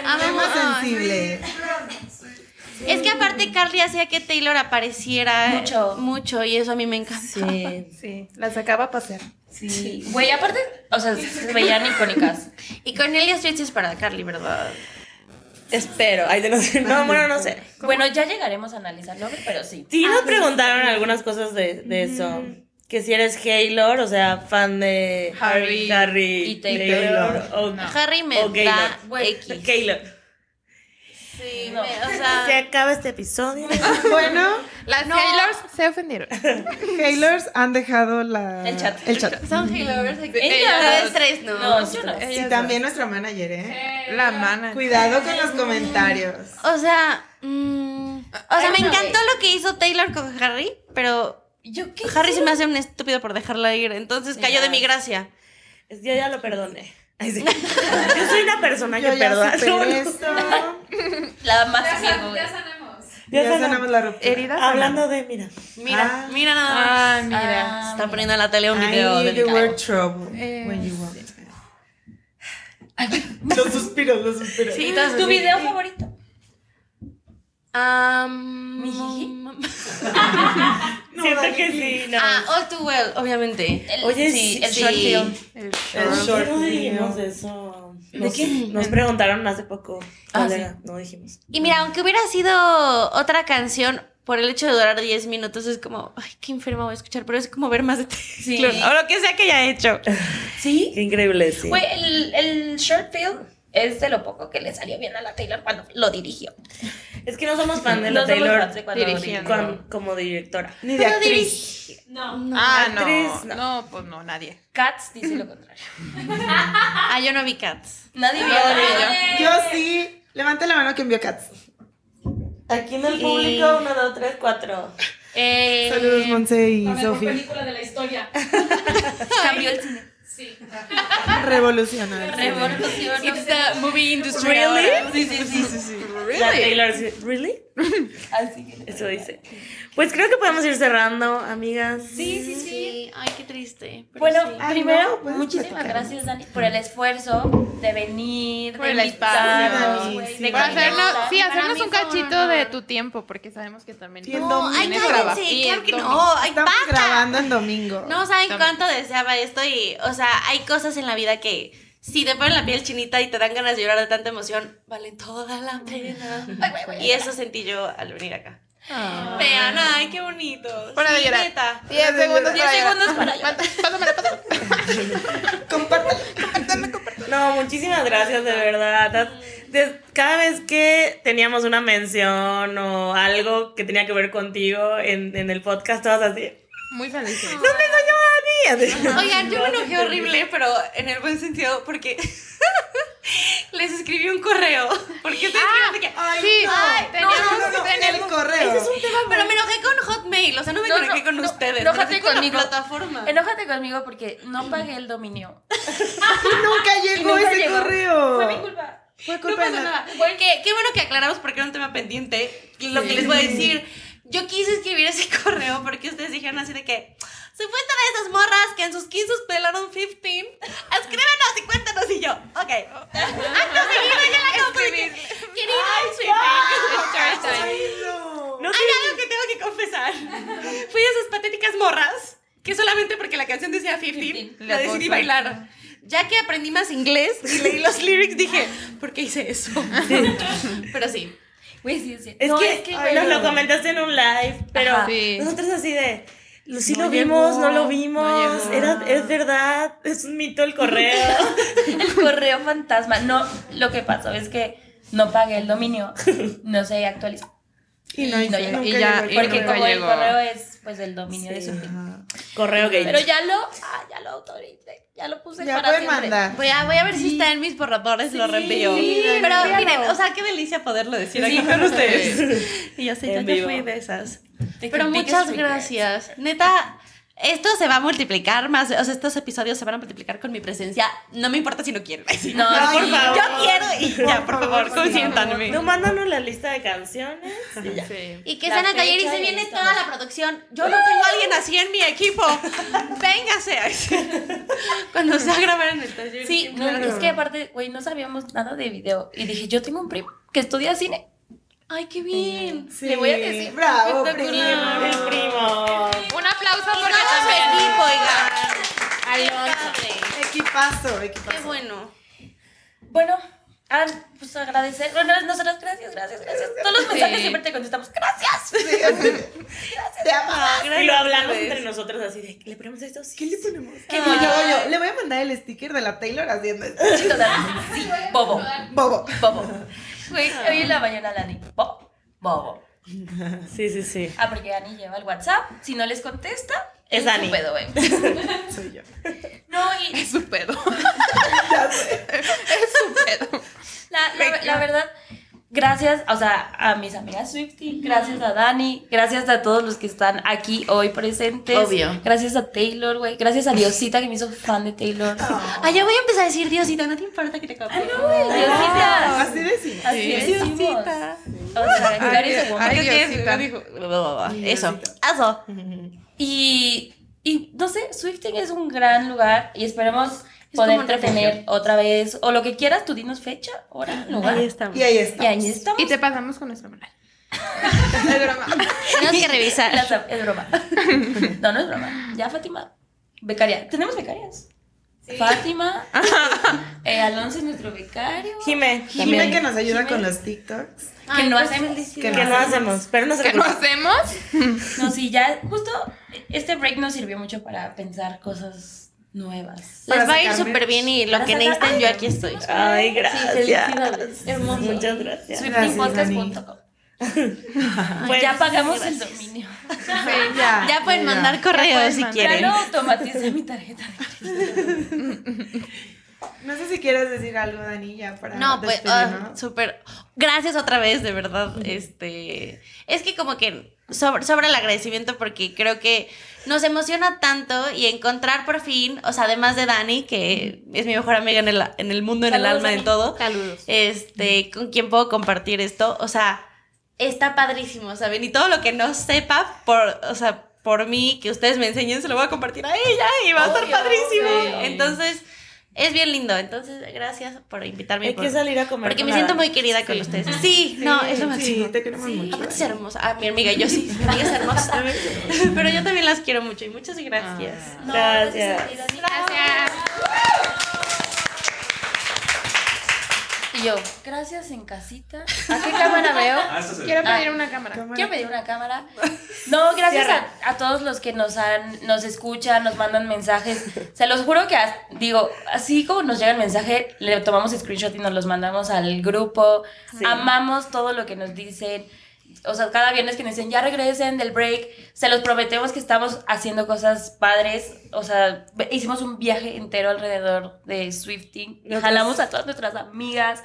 Speaker 5: Amaba-
Speaker 6: tema sensible.
Speaker 5: Es que aparte Carly hacía que Taylor apareciera
Speaker 1: Mucho.
Speaker 5: mucho y eso a mí me encanta.
Speaker 1: Sí,
Speaker 4: Sí, las sacaba a pasear.
Speaker 1: sí. Güey, aparte, o sea, se veían icónicas.
Speaker 5: Y Cornelia Street es para Carly, ¿verdad?
Speaker 3: Espero. Ay, no sé. No, bueno, no sé.
Speaker 1: Bueno, ya llegaremos a analizarlo, pero sí.
Speaker 3: Ah, pues Sí, nos preguntaron algunas cosas de, de eso. Que si eres Haylor, o sea, fan de
Speaker 4: Harry.
Speaker 3: Harry
Speaker 1: Y Taylor.
Speaker 3: O,
Speaker 5: Harry me
Speaker 3: o
Speaker 5: da
Speaker 3: Gaylor. Bueno,
Speaker 5: X.
Speaker 3: Gaylor.
Speaker 5: Sí,
Speaker 1: No.
Speaker 5: me- o sea,
Speaker 3: Se acaba este episodio.
Speaker 6: Bueno,
Speaker 4: Las Taylors se ofendieron.
Speaker 6: Hailers han dejado la...
Speaker 1: El chat.
Speaker 6: El chat.
Speaker 5: son Taylor.
Speaker 1: ellas.
Speaker 5: Ellas tres, no.
Speaker 1: No, yo no.
Speaker 6: Y también nuestra manager, ¿eh?
Speaker 4: La mana.
Speaker 6: Cuidado con los comentarios.
Speaker 5: O sea, mm, o sea,
Speaker 1: Ay,
Speaker 5: me
Speaker 1: no,
Speaker 5: encantó lo que hizo Taylor con Harry, pero
Speaker 1: ¿Yo qué?
Speaker 5: Harry se me hace un estúpido por dejarla ir, entonces
Speaker 1: Sí,
Speaker 5: cayó de
Speaker 1: ya.
Speaker 5: mi gracia.
Speaker 3: Yo ya lo perdoné. Ay, sí. Yo soy una persona
Speaker 6: Yo
Speaker 3: que
Speaker 6: ya
Speaker 3: perdona.
Speaker 6: superé esto.
Speaker 1: La más ciego. güey.
Speaker 3: Ya
Speaker 6: Ya
Speaker 3: sanamos.
Speaker 6: sanamos la ruptura.
Speaker 4: Herida.
Speaker 3: Hablando de, mira.
Speaker 5: Mira,
Speaker 6: Ah.
Speaker 5: mira nada más.
Speaker 4: Ah, mira.
Speaker 1: Ah,
Speaker 5: Está poniendo en la tele un
Speaker 6: I
Speaker 5: video
Speaker 6: knew you
Speaker 5: delicado.
Speaker 6: were trouble
Speaker 4: Eh,
Speaker 6: when you walked in. Los suspiros, los suspiros.
Speaker 5: Sí, todas
Speaker 1: ¿Tu
Speaker 5: así.
Speaker 1: video favorito?
Speaker 5: Am,
Speaker 1: ¿Mi jiji?
Speaker 3: Siento que sí, no.
Speaker 5: Ah, All Too Well, obviamente.
Speaker 1: El-
Speaker 3: Oye,
Speaker 1: sí,
Speaker 3: sí,
Speaker 1: el
Speaker 5: sí.
Speaker 1: short film.
Speaker 4: El
Speaker 6: El
Speaker 4: short.
Speaker 6: short
Speaker 3: Ah, no dijimos
Speaker 6: video.
Speaker 3: eso. Nos, Nos
Speaker 1: Mm.
Speaker 3: preguntaron hace poco
Speaker 1: Ah,
Speaker 3: cuál era. No dijimos.
Speaker 5: Y mira, aunque hubiera sido otra canción, por el hecho de durar 10 minutos, es como, ay, qué enferma voy a escuchar, pero es como ver más de Taylor, O lo que sea que haya hecho.
Speaker 1: ¿Sí?
Speaker 3: Qué increíble, sí.
Speaker 1: Güey, el, el short film es de lo poco que le salió bien a la Taylor cuando lo dirigió.
Speaker 3: Es que no somos fan de
Speaker 1: No
Speaker 3: la
Speaker 1: somos
Speaker 3: Taylor
Speaker 1: fans de cuando
Speaker 4: dirigiendo.
Speaker 1: dirigió.
Speaker 3: con- como directora.
Speaker 6: Ni de actriz.
Speaker 4: Ah,
Speaker 3: actriz,
Speaker 4: no.
Speaker 3: no.
Speaker 4: No, pues no, nadie.
Speaker 1: Cats dice lo contrario.
Speaker 5: Ah, yo no vi Cats.
Speaker 1: Nadie vio.
Speaker 6: Yo sí. Levanta la mano que envió Cats.
Speaker 3: Aquí en el público, uno, dos, tres, cuatro.
Speaker 1: Eh,
Speaker 6: Saludos, Monse y Sofi.
Speaker 1: Cambió el cine.
Speaker 6: Revolucionario.
Speaker 1: Revolución.
Speaker 5: It's the movie industry.
Speaker 1: Sí, sí, sí, sí, sí.
Speaker 3: La Taylor, sí- ¿really?
Speaker 1: Así que.
Speaker 3: Eso dice. Pues creo que podemos ir cerrando, amigas.
Speaker 5: Sí, sí, sí. Ay, qué triste. pero
Speaker 1: Bueno,
Speaker 5: sí.
Speaker 6: Ay,
Speaker 1: primero,
Speaker 6: no, puedes
Speaker 1: muchísimas
Speaker 6: platicar.
Speaker 1: gracias, Dani, por el esfuerzo de venir,
Speaker 4: Por
Speaker 1: de
Speaker 4: el espacio,
Speaker 1: invitarnos,
Speaker 6: Dani,
Speaker 1: güey,
Speaker 6: sí.
Speaker 1: de
Speaker 6: Por
Speaker 4: Para
Speaker 6: Caminar.
Speaker 4: hacernos,
Speaker 5: Para
Speaker 4: sí,
Speaker 5: mí
Speaker 4: hacernos
Speaker 5: fue
Speaker 4: un
Speaker 5: un
Speaker 4: cachito
Speaker 5: honor.
Speaker 4: de tu tiempo, porque sabemos que también.
Speaker 6: Sí, en
Speaker 5: No, ay,
Speaker 6: domingo.
Speaker 4: Tienes
Speaker 5: cállense.
Speaker 4: trabajo. Y
Speaker 5: Claro
Speaker 4: el
Speaker 5: que
Speaker 4: domingo.
Speaker 5: no. Ay,
Speaker 6: Estamos
Speaker 5: basta.
Speaker 6: grabando en domingo.
Speaker 5: No saben
Speaker 4: También.
Speaker 5: cuánto deseaba esto y, o sea, hay cosas en la vida que si te ponen la piel chinita y te dan ganas de llorar de tanta emoción, valen toda la pena. Y eso sentí yo al venir acá. Vean, ay, qué bonito.
Speaker 4: Para
Speaker 5: Sí,
Speaker 4: de llorar.
Speaker 5: neta.
Speaker 4: 10 segundos
Speaker 5: Diez
Speaker 4: para llorar.
Speaker 5: segundos para llorar.
Speaker 4: Pásamela, pásamela.
Speaker 6: Compártelo.
Speaker 3: No, muchísimas gracias, de verdad. Has- des- cada vez que teníamos una mención o algo que tenía que ver contigo en, en el podcast, todas así.
Speaker 4: Muy feliz.
Speaker 3: ¡No me engañó a mí! Así.
Speaker 5: Oigan, yo me enojé horrible, pero en el buen sentido, porque les escribí un correo. Porque ustedes dijeron de que-
Speaker 4: Sí, teníamos,
Speaker 6: No, no, no,
Speaker 4: teníamos-
Speaker 6: El correo.
Speaker 5: Pero me enojé con Hotmail, o sea, no me
Speaker 1: No, no,
Speaker 5: conecté con
Speaker 1: no,
Speaker 5: ustedes.
Speaker 1: enójate
Speaker 5: me enojé con
Speaker 1: conmigo.
Speaker 5: la plataforma.
Speaker 1: Enójate conmigo porque no pagué el dominio.
Speaker 6: Y nunca
Speaker 1: Y
Speaker 6: llegó
Speaker 1: nunca
Speaker 6: ese
Speaker 1: llegó.
Speaker 6: correo.
Speaker 1: Fue mi culpa.
Speaker 6: Fue
Speaker 5: No
Speaker 6: culpa de
Speaker 5: pasa
Speaker 6: la-
Speaker 5: nada. Qué, qué bueno que aclaramos porque era un tema pendiente. Lo que les voy a decir. Yo quise escribir ese correo porque ustedes dijeron así de que. Supuesta de esas morras que en sus 15 pelaron 15. Escríbenos y cuéntanos. Y yo, ok. Acto seguido ya la acabo de que. Querida,
Speaker 4: Story time.
Speaker 3: No
Speaker 5: Hay algo que tengo que confesar. Fui de esas patéticas morras que solamente porque la canción decía 15, la
Speaker 4: Le
Speaker 5: decidí
Speaker 4: apoyo.
Speaker 5: bailar. Ya que aprendí más inglés y leí los lyrics, dije, ¿por qué hice eso? Pero sí.
Speaker 1: Güey, sí, sí.
Speaker 3: Es
Speaker 1: No,
Speaker 3: que, nos
Speaker 1: güey,
Speaker 3: lo comentaste en un live, pero
Speaker 1: Ajá.
Speaker 4: Sí.
Speaker 3: nosotros así de. Lucy
Speaker 4: No
Speaker 3: lo vimos,
Speaker 4: llegó,
Speaker 3: no lo vimos.
Speaker 4: no llegó.
Speaker 3: Era, es verdad, es un mito el correo.
Speaker 1: El correo fantasma. No, lo que pasó es que no pagué el dominio. No se actualizó.
Speaker 6: Y no,
Speaker 1: No,
Speaker 6: hizo-
Speaker 1: ya-
Speaker 6: nunca
Speaker 4: y ya-
Speaker 6: llegó el
Speaker 4: y
Speaker 1: Porque
Speaker 6: correo.
Speaker 4: nunca
Speaker 1: como el
Speaker 4: llegó.
Speaker 1: correo es pues el dominio de
Speaker 6: Sí,
Speaker 1: su fin.
Speaker 6: ajá.
Speaker 3: correo gay.
Speaker 1: Pero ya lo, ah, ya lo autoricé, ya lo puse
Speaker 6: Ya
Speaker 1: para
Speaker 6: pueden
Speaker 1: siempre.
Speaker 6: mandar.
Speaker 5: Voy a, Pues voy a ver si está en mis borradores, lo reenvío.
Speaker 6: sí,
Speaker 5: pero
Speaker 6: reenvíalo.
Speaker 5: miren, o sea, qué delicia poderlo decir aquí con ustedes. y yo sé, yo
Speaker 3: En
Speaker 5: ya
Speaker 3: vivo.
Speaker 5: fui de esas.
Speaker 1: Take
Speaker 5: Pero
Speaker 1: your biggest
Speaker 5: muchas
Speaker 1: regrets.
Speaker 5: gracias. Neta, esto se va a multiplicar más. O sea, estos episodios se van a multiplicar con mi presencia. No me importa si no quieren.
Speaker 1: No,
Speaker 6: No,
Speaker 1: sí.
Speaker 6: por favor.
Speaker 5: Yo quiero y ya, por
Speaker 6: favor,
Speaker 5: favor,
Speaker 6: por favor.
Speaker 5: consiéntanme.
Speaker 3: No, mándanos la lista de canciones. y ya.
Speaker 4: Sí.
Speaker 5: Y que
Speaker 1: La
Speaker 5: sean a taller y
Speaker 1: fecha
Speaker 5: se
Speaker 1: y
Speaker 5: viene
Speaker 1: listo.
Speaker 5: toda la producción. Yo no tengo a alguien así en mi equipo. Véngase. Cuando se va a grabar en el taller.
Speaker 1: Sí, no, es que aparte, güey, no sabíamos nada de video. Y dije, yo tengo un primo que estudia cine. Ay, qué bien.
Speaker 6: Sí,
Speaker 1: Le voy a decir.
Speaker 6: Bravo,
Speaker 4: espectacular.
Speaker 6: primo.
Speaker 3: El primo.
Speaker 4: Un aplauso porque
Speaker 5: Todo su
Speaker 4: también.
Speaker 5: equipo, oigan.
Speaker 6: Equipazo, equipazo.
Speaker 5: Qué bueno.
Speaker 1: Bueno, ah, pues agradecer. Bueno, nosotros, gracias, gracias, gracias. Todos los mensajes
Speaker 4: Sí.
Speaker 1: siempre te contestamos. Gracias.
Speaker 6: Sí, así- Te amaba.
Speaker 3: Y lo hablamos entre nosotros así de, ¿le ponemos esto? Sí.
Speaker 6: ¿Qué le ponemos? Como yo, yo, le voy a mandar el sticker de la Taylor haciendo esto.
Speaker 1: Sí, totalmente. Sí, bobo,
Speaker 6: Bobo.
Speaker 1: bobo. Güey, hoy en la mañana la Ani, bobo, bobo.
Speaker 3: Sí, sí, sí.
Speaker 1: Ah, porque Ani lleva el WhatsApp. Si no les contesta,
Speaker 3: Es
Speaker 1: su
Speaker 3: Ani.
Speaker 1: pedo, güey.
Speaker 6: Soy yo.
Speaker 1: No, y
Speaker 4: Es su pedo.
Speaker 6: Ya sé.
Speaker 1: La, la- la verdad, gracias, o sea, a mis amigas Swifty, gracias a Dani, gracias a todos los que están aquí hoy presentes.
Speaker 5: Obvio.
Speaker 1: Gracias a Taylor, güey. Gracias a Diosita que me hizo fan de Taylor.
Speaker 5: Ah, ya voy a empezar a decir Diosita, no te importa que te copie.
Speaker 1: Diosita.
Speaker 6: Así decimos.
Speaker 1: Así
Speaker 4: Sí.
Speaker 1: decimos. O sea, eres woman.
Speaker 4: ay,
Speaker 5: Creo que
Speaker 4: Diosita.
Speaker 5: dijo- Eso.
Speaker 6: Diosita.
Speaker 5: Eso.
Speaker 1: Y, y no sé, Swifting es un gran lugar y esperemos
Speaker 5: Es como
Speaker 1: poder
Speaker 5: un
Speaker 1: entretener otra vez o lo que quieras, tú dinos fecha, hora, lugar.
Speaker 5: Ahí estamos.
Speaker 6: Y ahí
Speaker 1: Y ahí
Speaker 6: estamos.
Speaker 1: estamos.
Speaker 4: Y te pasamos con nuestro manual. Es broma.
Speaker 5: Tenemos que revisar.
Speaker 1: Las- es broma. No, no es broma. Ya, Fátima. Becaria. Tenemos becarias. Fátima. eh, Alonso es nuestro becario.
Speaker 3: Jime,
Speaker 6: Jimena
Speaker 1: También.
Speaker 6: que nos ayuda con los TikToks.
Speaker 1: que no
Speaker 5: pues,
Speaker 1: hacemos.
Speaker 6: Que
Speaker 3: ¿qué no hacemos? Pero no se
Speaker 4: ¿Qué no
Speaker 3: preocupen.
Speaker 4: hacemos?
Speaker 1: No, sí, ya. Justo este break nos sirvió mucho para pensar cosas nuevas.
Speaker 5: Les va a ir
Speaker 6: sacar
Speaker 5: súper bien y lo
Speaker 1: Para
Speaker 5: que
Speaker 1: sacar-
Speaker 5: necesiten,
Speaker 1: Ay,
Speaker 5: yo aquí estoy.
Speaker 3: Ay,
Speaker 1: Sí,
Speaker 3: gracias.
Speaker 1: felicidades. Hermoso.
Speaker 3: Muchas gracias.
Speaker 1: Swiftingpodcast.com.
Speaker 3: Pues,
Speaker 1: ya pagamos el
Speaker 5: gracias.
Speaker 1: dominio.
Speaker 6: Sí, Ah, ya.
Speaker 5: Ya pueden mandar correos
Speaker 4: pueden
Speaker 5: si
Speaker 4: mandar.
Speaker 1: Ya
Speaker 5: quieren.
Speaker 1: no automaticé mi tarjeta. de crédito.
Speaker 6: No sé si quieres decir algo, Dani, ya para
Speaker 5: No, pues, ah,
Speaker 6: despedirnos.
Speaker 5: súper. Gracias otra vez, de verdad. Este. Es que como que sobre, sobre el agradecimiento, porque creo que nos emociona tanto y encontrar por fin, o sea, además de Dani, que es mi mejor amiga en el, en el mundo, en el
Speaker 1: Saludos,
Speaker 5: alma, en
Speaker 1: Dani.
Speaker 5: todo.
Speaker 4: Saludos.
Speaker 5: Este, con quien puedo compartir esto. O sea, está padrísimo, ¿saben? Y todo lo que no sepa, por, o sea, por mí, que ustedes me enseñen, se lo voy a compartir a ella y va a
Speaker 1: Obvio,
Speaker 5: estar padrísimo.
Speaker 1: obvio.
Speaker 5: Entonces, es bien lindo. Entonces, gracias por invitarme. y
Speaker 3: Hay
Speaker 5: por-
Speaker 3: que salir a comer.
Speaker 5: pues. porque
Speaker 3: con
Speaker 5: me
Speaker 3: la
Speaker 5: siento
Speaker 3: Dani.
Speaker 5: muy querida con ustedes. Sí, no, es lo máximo.
Speaker 6: Sí, te queremos mucho.
Speaker 5: Aparte es hermosa. Ah, mi amiga, yo sí. Mi amiga es hermosa. Pero yo también las quiero mucho y muchas gracias.
Speaker 1: Ah. No,
Speaker 3: Gracias.
Speaker 1: a ti, Dani.
Speaker 4: Gracias.
Speaker 1: Y yo, gracias en casita. ¿A qué cámara veo?
Speaker 7: Ah, eso se
Speaker 4: Quiero
Speaker 1: Ah.
Speaker 4: pedir una cámara.
Speaker 6: Cámara.
Speaker 1: Quiero pedir una cámara. No, gracias a, a todos los que nos han, nos escuchan, nos mandan mensajes. Se los juro que, as- digo, así como nos llega el mensaje, le tomamos screenshot y nos los mandamos al grupo. Amamos todo lo que nos dicen. O sea, cada viernes que nos dicen, ya regresen del break, se los prometemos que estamos haciendo cosas padres. O sea, ve- hicimos un viaje entero alrededor de Swifting.
Speaker 3: Nosotros-
Speaker 1: Jalamos a todas nuestras amigas.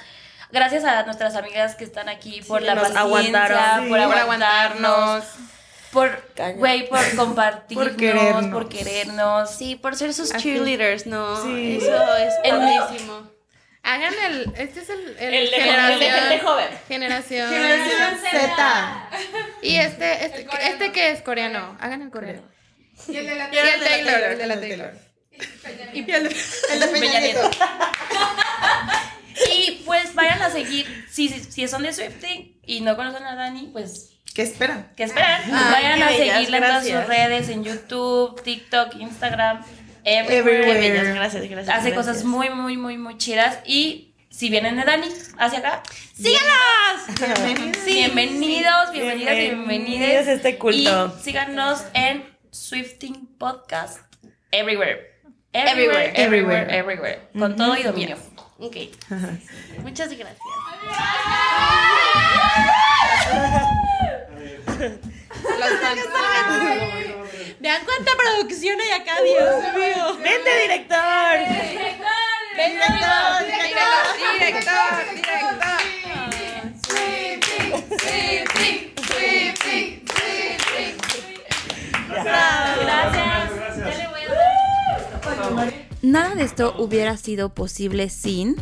Speaker 1: Gracias a nuestras amigas que están aquí por
Speaker 3: que
Speaker 1: la
Speaker 3: nos
Speaker 1: paciencia,
Speaker 3: aguantaron.
Speaker 1: por,
Speaker 6: Sí.
Speaker 4: Por
Speaker 1: aguantarnos,
Speaker 4: aguantarnos.
Speaker 1: por
Speaker 3: Cañón.
Speaker 1: güey, por compartirnos, por
Speaker 6: querernos.
Speaker 1: querernos. Sí.
Speaker 5: Sí, por ser sus
Speaker 6: Así.
Speaker 5: cheerleaders, ¿no?
Speaker 6: Sí.
Speaker 5: Eso es
Speaker 1: El mío.
Speaker 5: padrísimo.
Speaker 4: Hagan el. Este es el. el
Speaker 3: El de el de gente
Speaker 4: generación.
Speaker 3: joven.
Speaker 4: Generación.
Speaker 6: Generación Z.
Speaker 4: Y este, este, este que es coreano. Hagan el coreano.
Speaker 8: Y el de la
Speaker 4: Y el Taylor.
Speaker 6: El de la Taylor.
Speaker 4: Y
Speaker 6: El de Peña
Speaker 1: Peña
Speaker 6: Nieto.
Speaker 1: Y pues vayan a seguir, si, si- si son de Swifting y no conocen a Dani, pues
Speaker 6: ¿Qué esperan?
Speaker 1: que esperan, vayan
Speaker 3: qué
Speaker 1: a
Speaker 3: bellas,
Speaker 1: seguirla en todas sus
Speaker 3: gracias.
Speaker 1: redes, en YouTube, TikTok, Instagram, everywhere.
Speaker 6: Everywhere.
Speaker 5: Qué bellas, gracias, gracias.
Speaker 1: Hace
Speaker 5: gracias.
Speaker 1: cosas muy, muy, muy, muy chidas y si vienen de Dani hacia acá,
Speaker 5: ¡Síganos!
Speaker 1: bienvenidos, bienvenidas, bienvenides.
Speaker 3: Bienvenidos a este culto.
Speaker 1: Y síganos en Swifting Podcast. Everywhere.
Speaker 9: Everywhere.
Speaker 1: Everywhere.
Speaker 10: Everywhere.
Speaker 1: Everywhere. Everywhere. Con todo y dominio.
Speaker 9: Ok. Muchas gracias. Vean cuánta producción hay acá, Dios mío.
Speaker 3: ¡Vente, director!
Speaker 4: Director, director, director. Sweeping, sweeping, sweeping,
Speaker 5: Nada de esto hubiera sido posible sin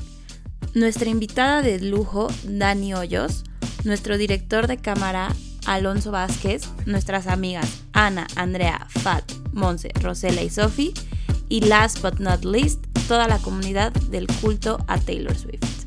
Speaker 5: nuestra invitada de lujo, Dani Hoyos, nuestro director de cámara, Alonso Vázquez, nuestras amigas Ana, Andrea, Fat, Monse, Rosela y Sophie, y last but not least, toda la comunidad del culto a Taylor Swift.